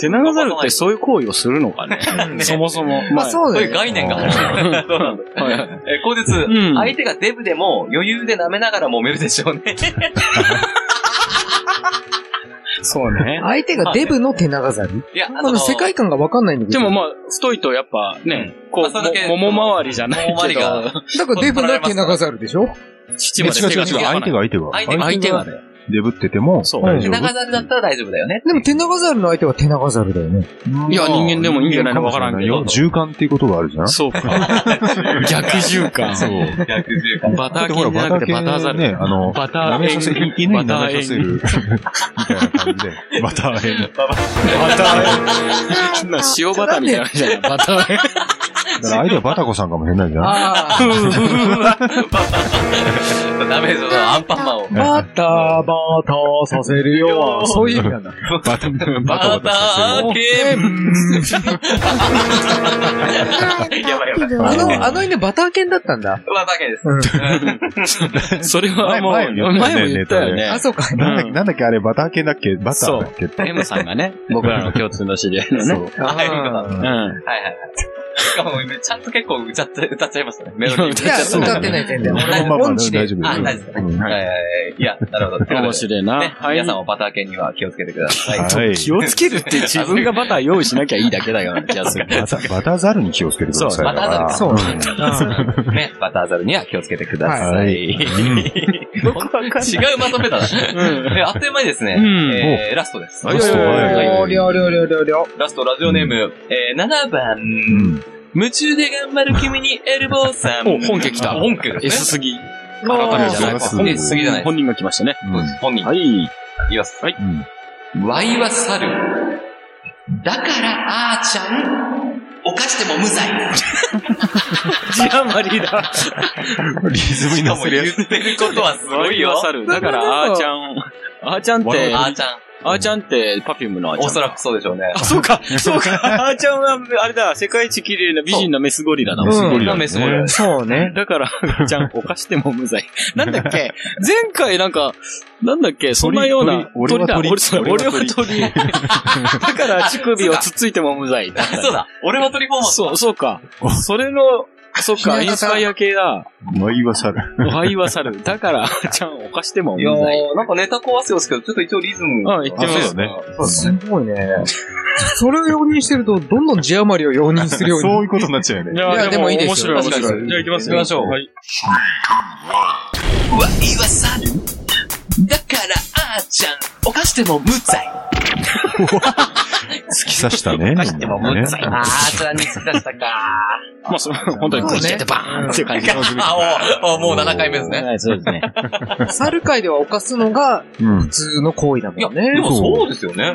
手長猿ってそういう行為をするのかね。そもそも。まあ、う。そうそうだいようね。概念がある。そうなんだ。はいはいえー、後日、ん相手がデブでも余裕で舐めながら揉めるでしょうね。そうね。相手がデブの手長ざりいや、あまだ世界観がわかんないんだけでど。もまあ、太いとやっぱね、こまあう、それだけも桃回りじゃないももけ周ど、りが、だからデブの手長ざるでしょ父違うまで違う手が違う。届か相な手い。が相手が。相手が相手がね。デブってても、そう大丈夫。長猿だったら大丈夫だよね。でも手長ざるの相手は手長ざるだよね。いや、人間でもいいんじゃないのわからんけど。循環っていうことがあるじゃん。そうか。逆循環。う。逆十感。バタだっーてほら、犬じゃバなくタてバターーザ系ル。ね、あの、バター舐めさせ、犬に舐めさせる。みたいな感じで。バター変。塩バターみたいなのあるじゃん。バターだから相手はバタコさんかもしれないじゃん。あうわダメぞ、アンパンマンを。バタバタさせるよ。そういう意味なんだ。バタ、バタババタさせる。ケやばいやばい。あの、あの犬バター犬だったんだ。バタケです。それはもう、前前もも言ったよね言ったよねあ、。そうか。なんだっけ、なんだっけ、あれ、バター犬だっけバターだっけ M さんがね、僕らの共通の知り合いのね。はい、あうん。はいはい。しかも、ちゃんと結構歌って、歌っちゃいましたね。メロディー今歌っーちゃいやっ、たん歌だってね。ない、全然。俺俺もまあまあ音大痴丈で。夫です。あ大丈夫うんはいはいはい。いや、なるほど。面白いねな。は皆いさ。んもバター犬には気をつけてください。はい。気をつけるって自分がバター用意しなきゃいいだけだような気がする。バタ、バタザルに気をつけてください。バターザル。う。う。ね、バターザルには気をつけてくださ。はい僕わかんない。違うまとめだな。えあっという間にですね、んえーラストです。ラストはいおーりょうりょうりょうりょうりょうラスト、ラジオネーム、えー7番、うん。夢中で頑張る君にエルボーさん。お、本家来た。本家ですね S すぎ。あ改めじゃないそうそう本家すぎじゃない。本人が来ましたね。本人。はい。います。はい。うんワイは猿。だから、あーちゃん、犯しても無罪。ジャマリーだ。リズムに乗せるやつ。言ってることはすごいよ。猿だから、あーちゃん。あーちゃんって、あーちゃん。あーちゃんって、パフュームのあーちゃん。おそらくそうでしょうね。あ、そうか、そうか。あーちゃんは、あれだ、世界一綺麗な美人なメスゴリラだ。そうメスゴリラ。メスゴリラ。そうね。だから、あーちゃん、犯しても無 罪。なんだっけ前回なんか、なんだっけそんなような、鳥鳥だ。鳥俺そう俺俺はは鳥鳥。だ から、乳首をつついても無罪。 そうだ。俺は鳥フォーマッそう、そうか。それの、そっか、インスパイア系だ。ワイワサル。おはいは猿。だから、あーちゃん、犯してもト。無いや罪。ー、なんかネタ壊すようですけど、ちょっと一応リズム。うん言ってみますよねすごいね。それを容認してると、どんどん字余りを容認するように。そういうことになっちゃうよね。いやいやでもいいですよ面白い、面白い。じゃあ行きますよ。行きましょう。はい。ワイは猿。だから、あーちゃん、犯しても無罪。突き刺したね。でも無罪。あーちゃんに突き出したか。まあ、その、本当に、そうねてバーンっていう感じ。あ、おもう7回目ですね。はい、そうですね。猿界では犯すのがうん普。通の行為だもんね。でもそうですよね。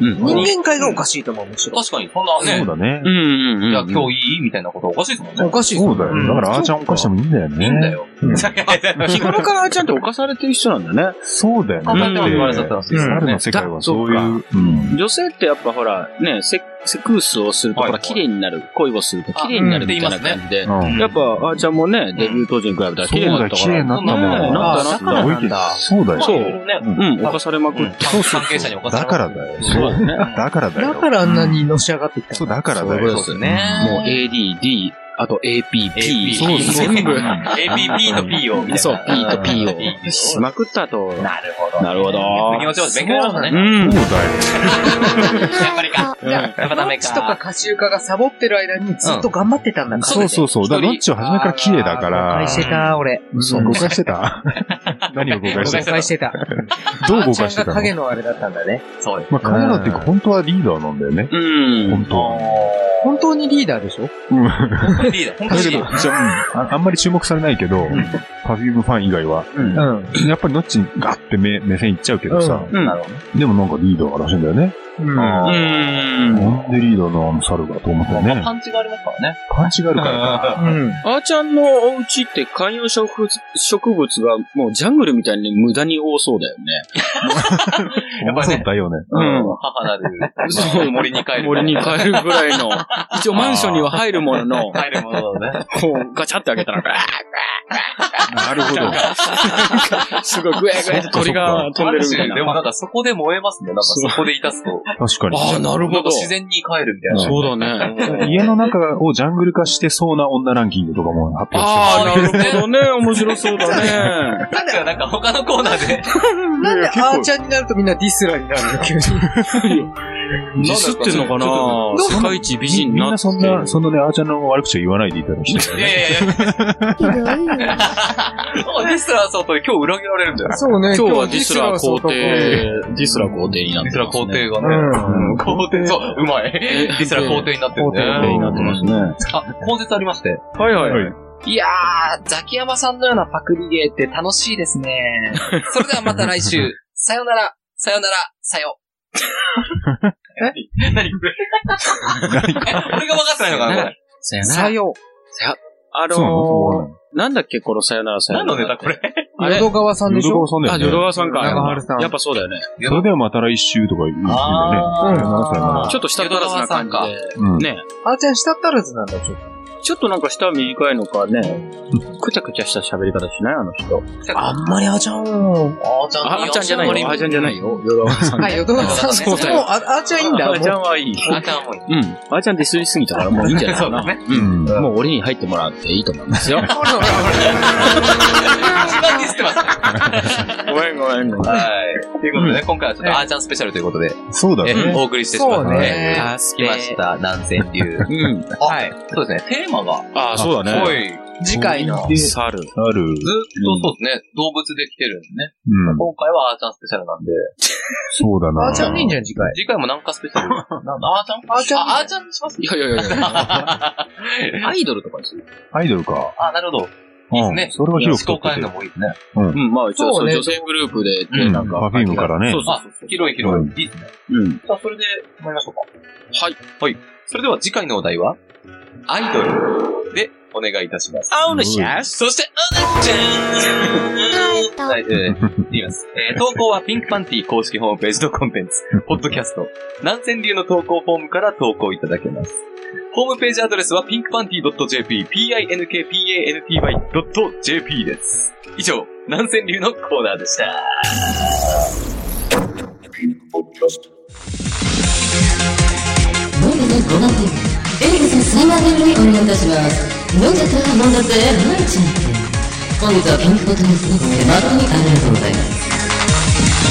うん。人間界がおかしいと思う、むしろ。確かに、そんなそうね、だね う。んうんうん。いや、今日いいみたいなことおかしいですもんねお。かしいそうだよ。だから、あーちゃん犯してもいいんだよね。いいんだよ。日頃からちゃんと犯されてる人なんだね。そうだよね。うんだってたんです猿の世界はそういう、うん。女性ってやっぱほら、ね、セセクースをすると、はいほら、綺麗になる、恋をすると綺麗になるみたいな感じで。うんやっぱ、あーちゃんもね、デビュー当時に比べたらそ綺う麗になだ、った綺か麗ら。になったもん。ねあなーったすごいけどそうだよ。そう。うん、犯されまくって。そう関係者におかしい。だからだよ。そうだね。だからだだよ。からあんなにのし上がってきたそう、んだ。だからだそういうよ。ことですねもう AD、D、あと AP、P、そうそう全部。 APP と P を。 そう、P と P を。しを。まくったと。なるほど。なるほど。気持ちよく勉強になりうましたね。そんう。だよ。やっぱりか。やっぱダメノッチとかか。カシウカがサボってる間にずっと頑張ってたんだから。そうそうそう。だから、一人ロッチは初めから綺麗だから。誤解してた、俺。そう、誤解してた 何を誤解誤してた解してた。どうあー誤ちゃ解んしてがたの影のあれだったんだね。そうです。まあ、彼らっていうか、本当はリーダーなんだよね。うん。本当は。本当にリーダーでしょうん。リーダー、本だ当にけど、じゃあ、うんああんまり注目されないけど、パフュームファン以外は、うん。やっぱりノッチにガッて目目線いっちゃうけどさ、うん。でもなんかリーダーらしいんだよね。うん。うん。なんでリーダーのあの猿がと思ったよね。パンチがありますからね。パンチがあるからか。うん。あーちゃんのお家って観葉植物植物がもうジャングルみたいに無駄に多そうだよね。やっぱそうだよね。う母なる。 そう森に帰る。森に帰るぐら いの。一応マンションには入るものの、こ帰るものだね。うガチャって開けた ら、ガーなるほ ど。ッすごいグエグエって鳥が飛んでるみたいでもな。なんかそこで燃えますね。なんかそこでいたすと。確かに。ああ、なるほど。自然に帰るみたいな。そうだね。家の中をジャングル化してそうな女ランキングとかも発表してますああ、なるほどね。面白そうだ ね。なんかなんか他のコーナ ーで。なんであーちゃんになるとみんなディスラーになるの急に。ディスってんのかな世界一美人にみなっんて。なそんな、そんなね、あーちゃんの悪口は言わないでいただきたいいやいやいや。そうディスラーそうと今日裏切られるんだよ。 そうね。今日はディスラーそう皇と帝、ディスラー皇帝になっデてィスラます皇ね。帝がね。うん皇帝、そう、うまい。ディスラ皇帝になってるね。皇帝になってますね。あ、口説ありまして。はいはい。はいいやー、ザキヤマさんのようなパクリゲーって楽しいですね。それではまた来週。 さよなら、さよなら、さよ。え何これ俺が分かってないのかなこれさよなさら。よ、あそうなのそうのなのー、なんだっけ、このさよならさよ何なのネら。タこれあれ淀川さんでし淀ょ川さんだあ、よ淀ね。川さんか。長春さんやっぱそうだよね。それではまた来週とか言うんだよね。あーうん7歳なちょっと下足らずな感じうんで。ね。あーちゃん下ったらずなんだ、ちょっと。ちょっとなんか舌短いのかね、くちゃくちゃした喋り方しないあの人。あんまりあーちゃんを。あーちゃんあ、あちゃんじゃないよ。あちゃんじゃないよ。はい、淀川さん。そうだよもう、ああーちゃんいいんだ。あちゃんはいい。あーちゃんもいい。うん。あちゃんディスりすぎたからもういいんじゃないかな。うん。うもう俺に入ってもらっていいと思いますよ。 一番ディスってます。 ごめんごめんごめん。はい。ということでね、今回はちょっとあーちゃんスペシャルということで、そうだえね。お送りしてしまっそたうねね。着きました、南千流。うん。はい。そうですね、テーマが、あ、そうだね。い、ずっ次回の。猿。ある。とそうですね、動物で来てるんでね。うん。今回はあーちゃんスペシャルなんで、そうだな。あーちゃんでいいんじゃん、次回。次回もなんかスペシャル。 なんだあーちゃんあーちゃんあーちゃんにしますいやいやいやいや。アイドルとかにするアイドルか。あ、なるほど。いいいですねそれは思広くと考って変えるのもいいですね。うん、まあ一応そそううね女性グループで、うねん。なんパか。フィームからねそ。うそうあ、広い広い。いいですね。うん。じゃあ、それで、参りましょうか。はい。はい。それでは次回のお題は、アイドルでお願いいたします。青のシャーそして、あーちゃんはい、えー、言います。えー、投稿はピンクパンティ公式ホームページのコンテンツ、 ポッドキャスト、南千流の投稿フォームから投稿いただけます。ホームページアドレスは pinkpanty.jp、p-i-n-k-p-a-n-t-y.jp です。以上、南千流のコーナーでした。飲んでねごまんエリカさん3万円にお願いいたします飲んじゃったら飲んだぜ飲んじゃって本日はピンクボトルスープで誠にありがとうございます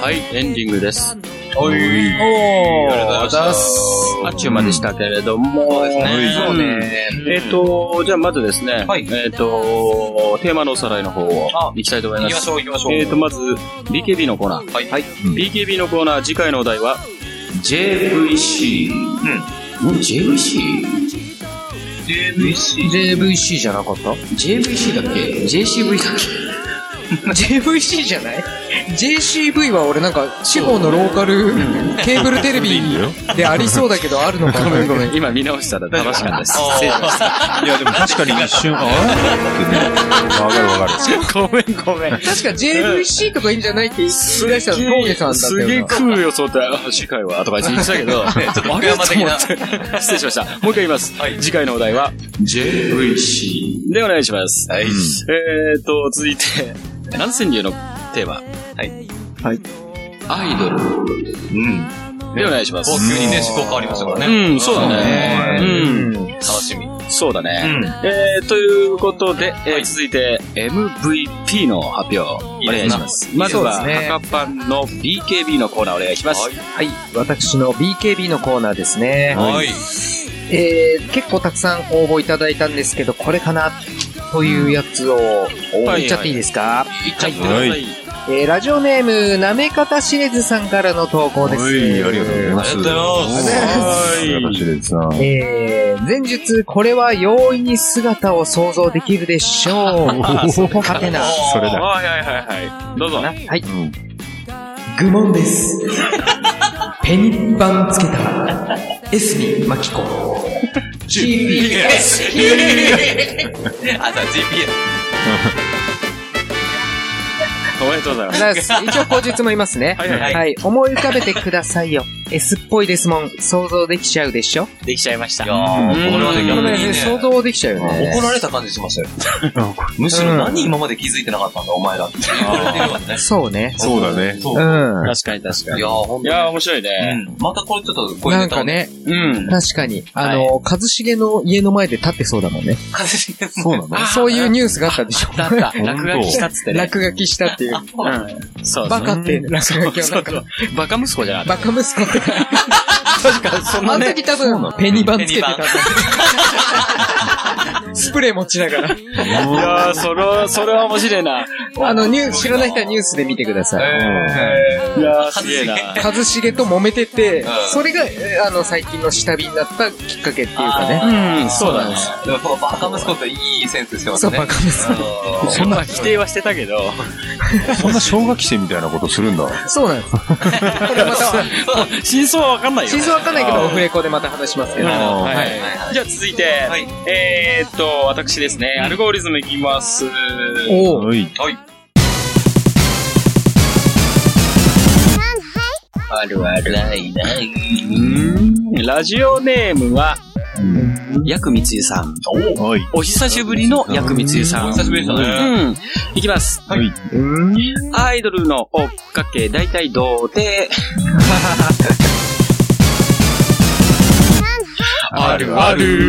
はい、エンディングです。おい。おー、ざいまあっちゅうまでしたけれども。そうですねそうね。えっと、じゃあまずですね、えっと、テーマのおさらいの方を行きたいと思います。ょう、行きましえーと、まず、BKB のコーナー。はい。はい。 BKB のコーナー、次回のお題は、JVC。うん。JVC?JVC JVC じゃなかっただっけ ?JCV だっ JVC じゃない ?JCV は俺なんか地方のローカルケーブルテレビでありそうだけどあるのかなけ今見直したら正しかったです。失礼しましいや、でも確かに一 瞬、あれってね。わかるわかる。た。ごめんごめん。確か JVC とかいいんじゃないって言い出したの峠さんだったすげえ食うよ、そうだよ。あ次回は、とか言ってたけ ど、ちょっと福山的な失礼しました。もう一回言います。次回のお題は、JVC でお願いします。はい。えーと、続いて、南千流のテーマ。はい。はい。アイドル。うん。でお願いします。急にね、思考変わりましたからね。うん、そうだね。うん。楽しみ。そうだね。えーということで、えー続いて、MVP の発表、お願いします。まずは、そうですねハカパンの BKB のコーナーお願いします。はい、私の BKB のコーナーですね。はい。えー、結構たくさん応募いただいたんですけど、これかなというやつを言っちゃっていいですか、いっちゃってくだはさいい。えー、ラジオネーム、なめかたしれずさんからの投稿です。はい、ありがとうございまあす。りがとうございますはい。私ですな。えー、前述、これは容易に姿を想像できるでしょう。はてな。 それだ。はいはいはいはい。どうぞ。はい。愚問です。 ペニバンつけた、エスミマキコ。GPS。あ、じゃあ GPS。おめでとうございます。一応、口述もいますね。はいはいはいはい。思い浮かべてくださいよ。S っぽいですもん。想像できちゃうでしょできちゃいました。いやー、これはね、こ逆れにね、ね。想像できちゃうよね。怒られた感じしましたよ。むしろ何今まで気づいてなかったんだ、お前らって言われてるわね。そうね。そうだね。うそう。ん。確かに確かいやー、ほんに。いやー、面白いね。うん。またこれちょっと、こういなうんネタかをね。ね、うん。確かに。あの、一茂の家の前で立ってそうだもんね。そうなのそういうニュースがあったでしょ。だった。 本当落書きしたっつってね。落書きしたっていうう。ん。そうバカって落書きをそなうそんかう、。バカ息子じゃなかっバカ息子って。た。確か、そんなあのね。時多分、ペニバンつけてた。スプレー持ちながら。いやー、それは、それは面白いな。あの、ニュー知らない人はニュースで見てください。いやー、すげえな。一茂と揉めてて、それが、えーあの、最近の下火になったきっかけっていうかね。うん、そうだね。でもこのバカ息子っていいセンスしてますそう、ね。バカです。そんな否定はしてたけど、そんな小学生みたいなことするんだ。そうなんです。これまた、真相はわかんないよ。真相わかんないけど、オフレコでまた話しますけど。あーはいはいはいじゃあ続いて、えーっと、私ですね、アルゴリズムいきます。おうはい。あるある。ないない。ラジオネームは、ヤクミツユさん。はい。お久しぶりのヤクミツユさん。お久しぶりでしたねうん。いきます。はい。アイドルの追っかけ、だいたい童貞。あるある。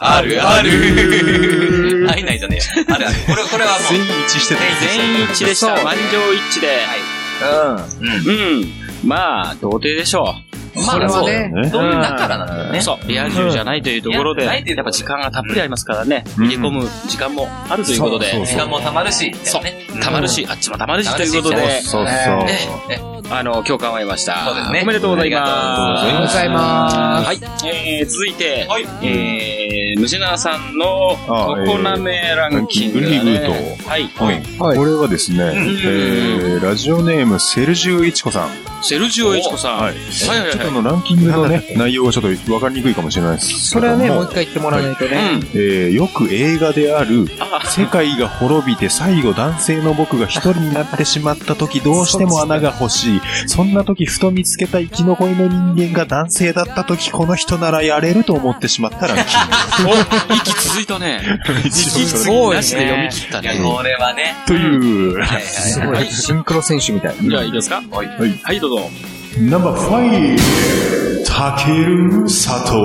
あるある。ないないじゃねえ。あるある。これ、これはも全員一致してた。全員一致でした。満場一致で。うん。まあ、童貞でしょう、まあ、そうだよねね。どういうだからなんだよう。ね。そう。リア充じゃないというところで、うんやっぱ時間がたっぷりありますからね。入れ込む時間もあるということで、そう時間も溜まるし、そうね。たまるし、あっちもたまるしということたまで、そうそう。あの、共感を得ました。そうですねおめでとうございます。ありがとうございますはい。えー、続いて、はいえー、ムジナーさんの、あココナメランキング、ね。リグーはい。はい。これはですね、えーラジオネームセルジオイチコさん。セルジオエチコさん。はい。いはいはいちょっとあのランキングのね、内容がちょっとわかりにくいかもしれないですけども。それはね、もう一回言ってもらわないとね。うん。えーよく映画であるあ、世界が滅びて最後男性の僕が一人になってしまった時どうしても穴が欲しい。そんな時ふと見つけた生き残りの人間が男性だった時この人ならやれると思ってしまったランお、息続いたね。キング。すごい。なしで読み切ったいや、ね。これはね。という、はいすはごい。シンクロ選手みたい。じゃあいいですかはい。はいはい、どうぞ。ナンバー5、たける佐藤。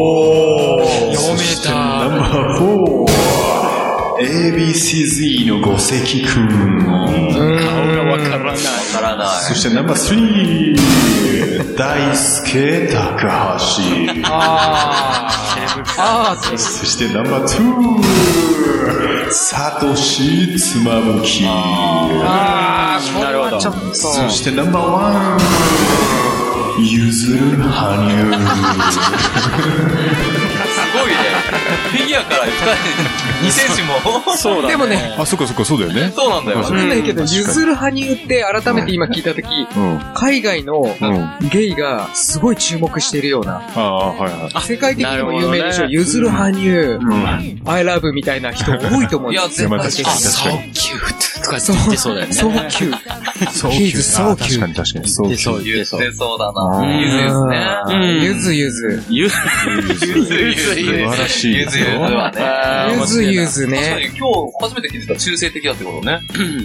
読めナンた。バー4、ABCZ の五関くん。顔がわからない。い。わからない。そしてナンバー3、大輔高橋。ああ、そしてナンバー2、サトシつまむき。なるほど。そしてナンバーワン、ゆずる羽生。すごいね。フィギュアから2選手も。そうだ、でもね、あ、そっかそっか、そうだよね。そうなんだよ。わかんないけど、ゆずる羽生って改めて今聞いたとき、うん。海外のうん。ゲイがすごい注目してるような、ああ、はいはい。世界的にも有名でなしょ、るほどねゆずる羽生、うん。 I love みたいな人多いと思うんいでや、す絶よ。まあ対確かに確かに。とか言ってそうだよね。早急。そうヒーズ早急確かに確かに。そう。そう言ってそう。出そうだな。うんゆずですね。うんゆずゆず。ゆ素晴らしいゆでずすゆよず。はね。ゆずゆずね。確かに今日初めて気づいた中性的だってことね。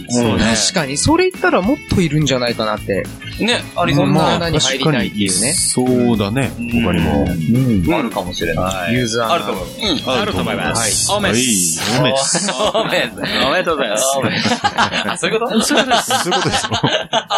そうね。確かに、それ言ったらもっといるんじゃないかなって。ね、ありそそんうなな。穴に入りたいっていうね。そうだね。他にも。あるかもしれない。ゆずあ穴ると。思います。うん、あると思います。はい。おめではいおめです。おめでとうおめでとうございます。あ、そういうことそういうことですよ。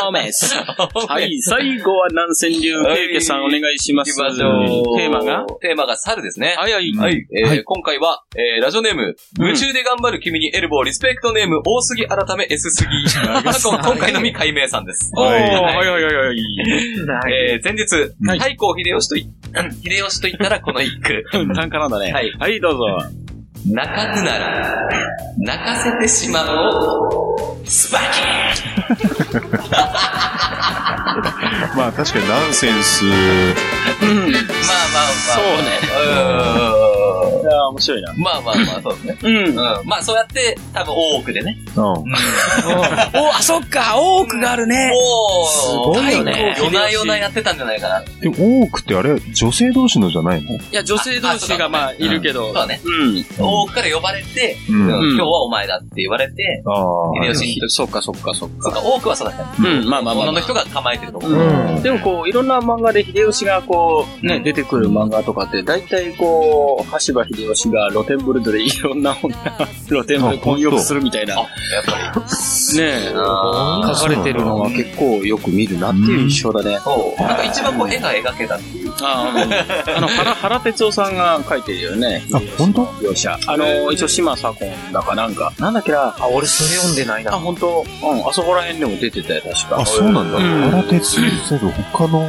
おめです。はい、最後は南千流ケイケさんお願いします。行きましょう。テーマがテーマが猿ですね。はいはい。はい。えー今回は、えーラジオネーム、夢中で頑張る君にエルボー、リスペクトネーム、大杉改め S 杉。 今今回のみ解明さんです。おー、はいはいい。はいはい。えー前日、はい太閤秀吉とい、 秀吉と言ったらこの一句。単価なんだね。はいはい、どうぞ。泣かぬなら、泣かせてしまおう。スパキ まあ確かにナンセンス。うん。まあまあそうね。まあ。ういや、面白いな。ーん。まあまあまあ、そうですね。うん。うん。まあそうやって、多分多くでね。うん。お、あ、そっか、多くがあるね。おー。すごいよね夜な夜なやってたんじゃないかな。でも多くってあれ、女性同士のじゃないのいや、女性同士がまあ、いるけそどう。だね。うん。多くから呼ばれて、ううんん。ん今日はお前だって言われて、ああ。秀吉に、そっかそっかそっか。そうか、多くはそうだったね。うん、まあまあまあ女まのあ。人が構えてると思う。うんでもこう、いろんな漫画で秀吉がこう、ね、出てくる漫画とかって、大体こう、柴秀吉が露天風呂でいろんな女、 露天風呂で混浴するみたい な。やっぱり。ねえ、書かれてるのは結構よく見るなっていう印象だね。なんか一番こう絵が描けた。ああ、うんあの、原、原哲夫さんが書いてるよね。あ、本当描写。あの、一応島左近だかなんか。なんだっけな。あ、俺それ読んでないあ、。本当うん、あそこら辺でも出てたよ、確か。あ、そうなんだ。うん原哲夫他の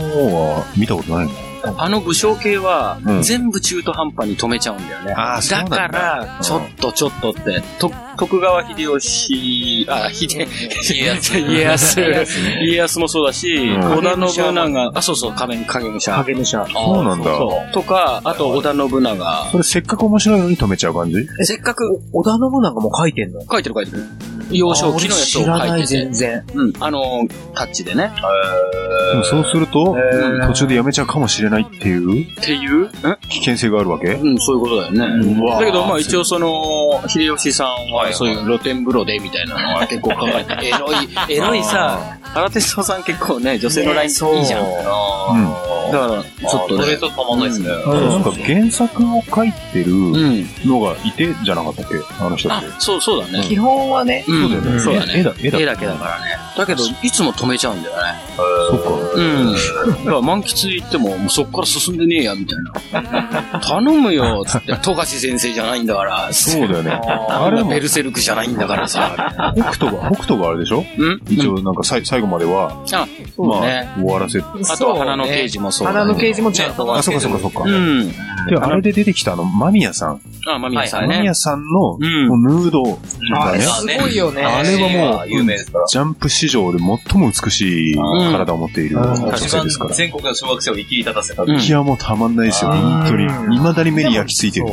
は見たことないのあの武将系はう、ん全部中途半端に止めちゃうんだよね。あーそうだなんだから、ちょっとちょっとって、と徳川秀吉、あ、秀、家康、家康、 家康もそうだし、ん織田信長、あ、そうそう、仮面、影武者。影武者。そうなんだ。そう。とか、あと織田信長。それせっかく面白いのに止めちゃう感じせっかく、織田信長も書いてんの書いてる書いてる。幼少期のやつを知ら書ないい、てて全。然。うん、あの、タッチでね。でもそうすると、ー途中でやめちゃうかもしれないっていうっていう、ん危険性があるわけうん、そういうことだようね。わだけど、まあ一応その、秀吉さんはそういう露天風呂でみたいなのは結構考え て、エロい、エロいさ、原哲夫さん結構ね、女性のラインいいじゃん。だあうんから、ちょっとそれね。とたまんないですね。そうか、原作を書いてるうん。のがいてじゃなかったっけあの人っあて。、そう、そうだね。基本はね、うん、そうだね。そうだ絵ね。だ、絵だ。絵だけだからね。だけど、いつも止めちゃうんだよね。そうか。うん。だから満喫行っても、もうそこから進んでねえや、みたい な。頼むよ、つって。富樫先生じゃないんだから。そうだよね。 ああれもベルセルクじゃないんだからさ。北斗が、北斗があれでしょうん一応なんかさい最後までは、あ、まそうあね。終わらせて。あとは花の刑事もそうだね花の刑事もちゃんとあ、そうかそうかそうか。うん。で、あれで出てきたあの、マミヤさん。あ、マミヤさんマミねヤ。さんのうんヌードあがれね、すごいよね。あれはもう、有名ですから。ジャンプ史上で最も美しい体を持っている女一性番ですから。全国の小学生を生き立たせた。うんいや、もうたまんないですよ、本当に。未だに目に焼き付いてる。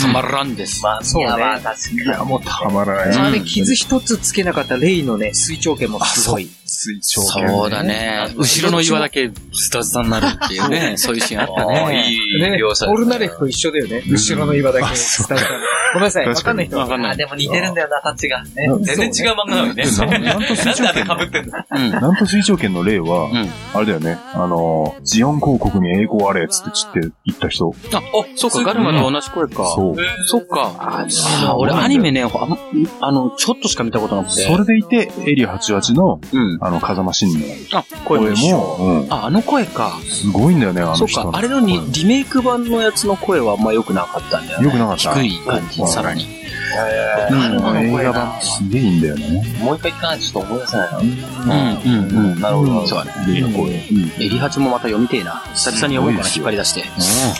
たまらんです。まあ、そうね。確かいや、もうたまらない。あれ、傷一つつけなかったレイのね、水長剣もすごい。水晶剣そうだね。後ろの岩だけズタズタになるっていうね、 そういうシーンあったね。いいね描写オルナレフと一緒だよね。後ろの岩だけ伝えたの。 ごめんなさい、わ確かかんないに人はわかんない。でも似てるんだよな、タッチが。ねうん全然違う漫画なのにね。そうねなんであれ 被ってんのうん。なんと水晶剣の例は、んあれだよね。あの、ジオン広告に英語あれっつって散って言った人。あ、おそうか、ガルマと同じ声か。そう。そっか。あー、俺アニメね、あんあの、ちょっとしか見たことなくて。それでいて、エリア88の、うん。あの、風間信のあ、声も声一緒。も、あ、あの声か。うん、すごいんだよね、あそのっ人かの。、あれのにリメイク版のやつの声はあんま良くなかったんだよね。よくなかった。低い感じ、さらに。うん映画版すげえいいんだよね。もう一回聞かないとちょっと思い出せないな。うん、うん、うん。なるほど。そうだね。エリア声。エリハチもまた読みてえな。久々に読もうかな、す引っご張いり出して。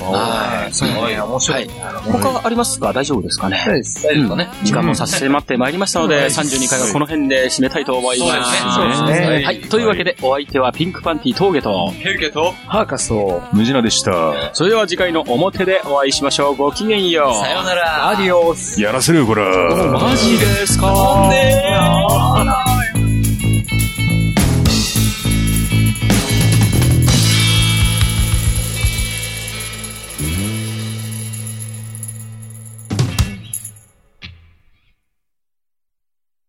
は。はいいすごいな、面白い。他ありますか大丈夫ですかねそうです。大丈夫かね。時間も差し迫ってまいりましたので、32回はこの辺で締めたいと思います。そうですねそうですねはい。というわけで、お相手はピンクパンティ峠と、ヘルケと、ハーカスと、無事なでした。それでは次回の表でお会いしましょう。ごきげんよう。さようなら。アディオス。やらせるよ、これ。マジですか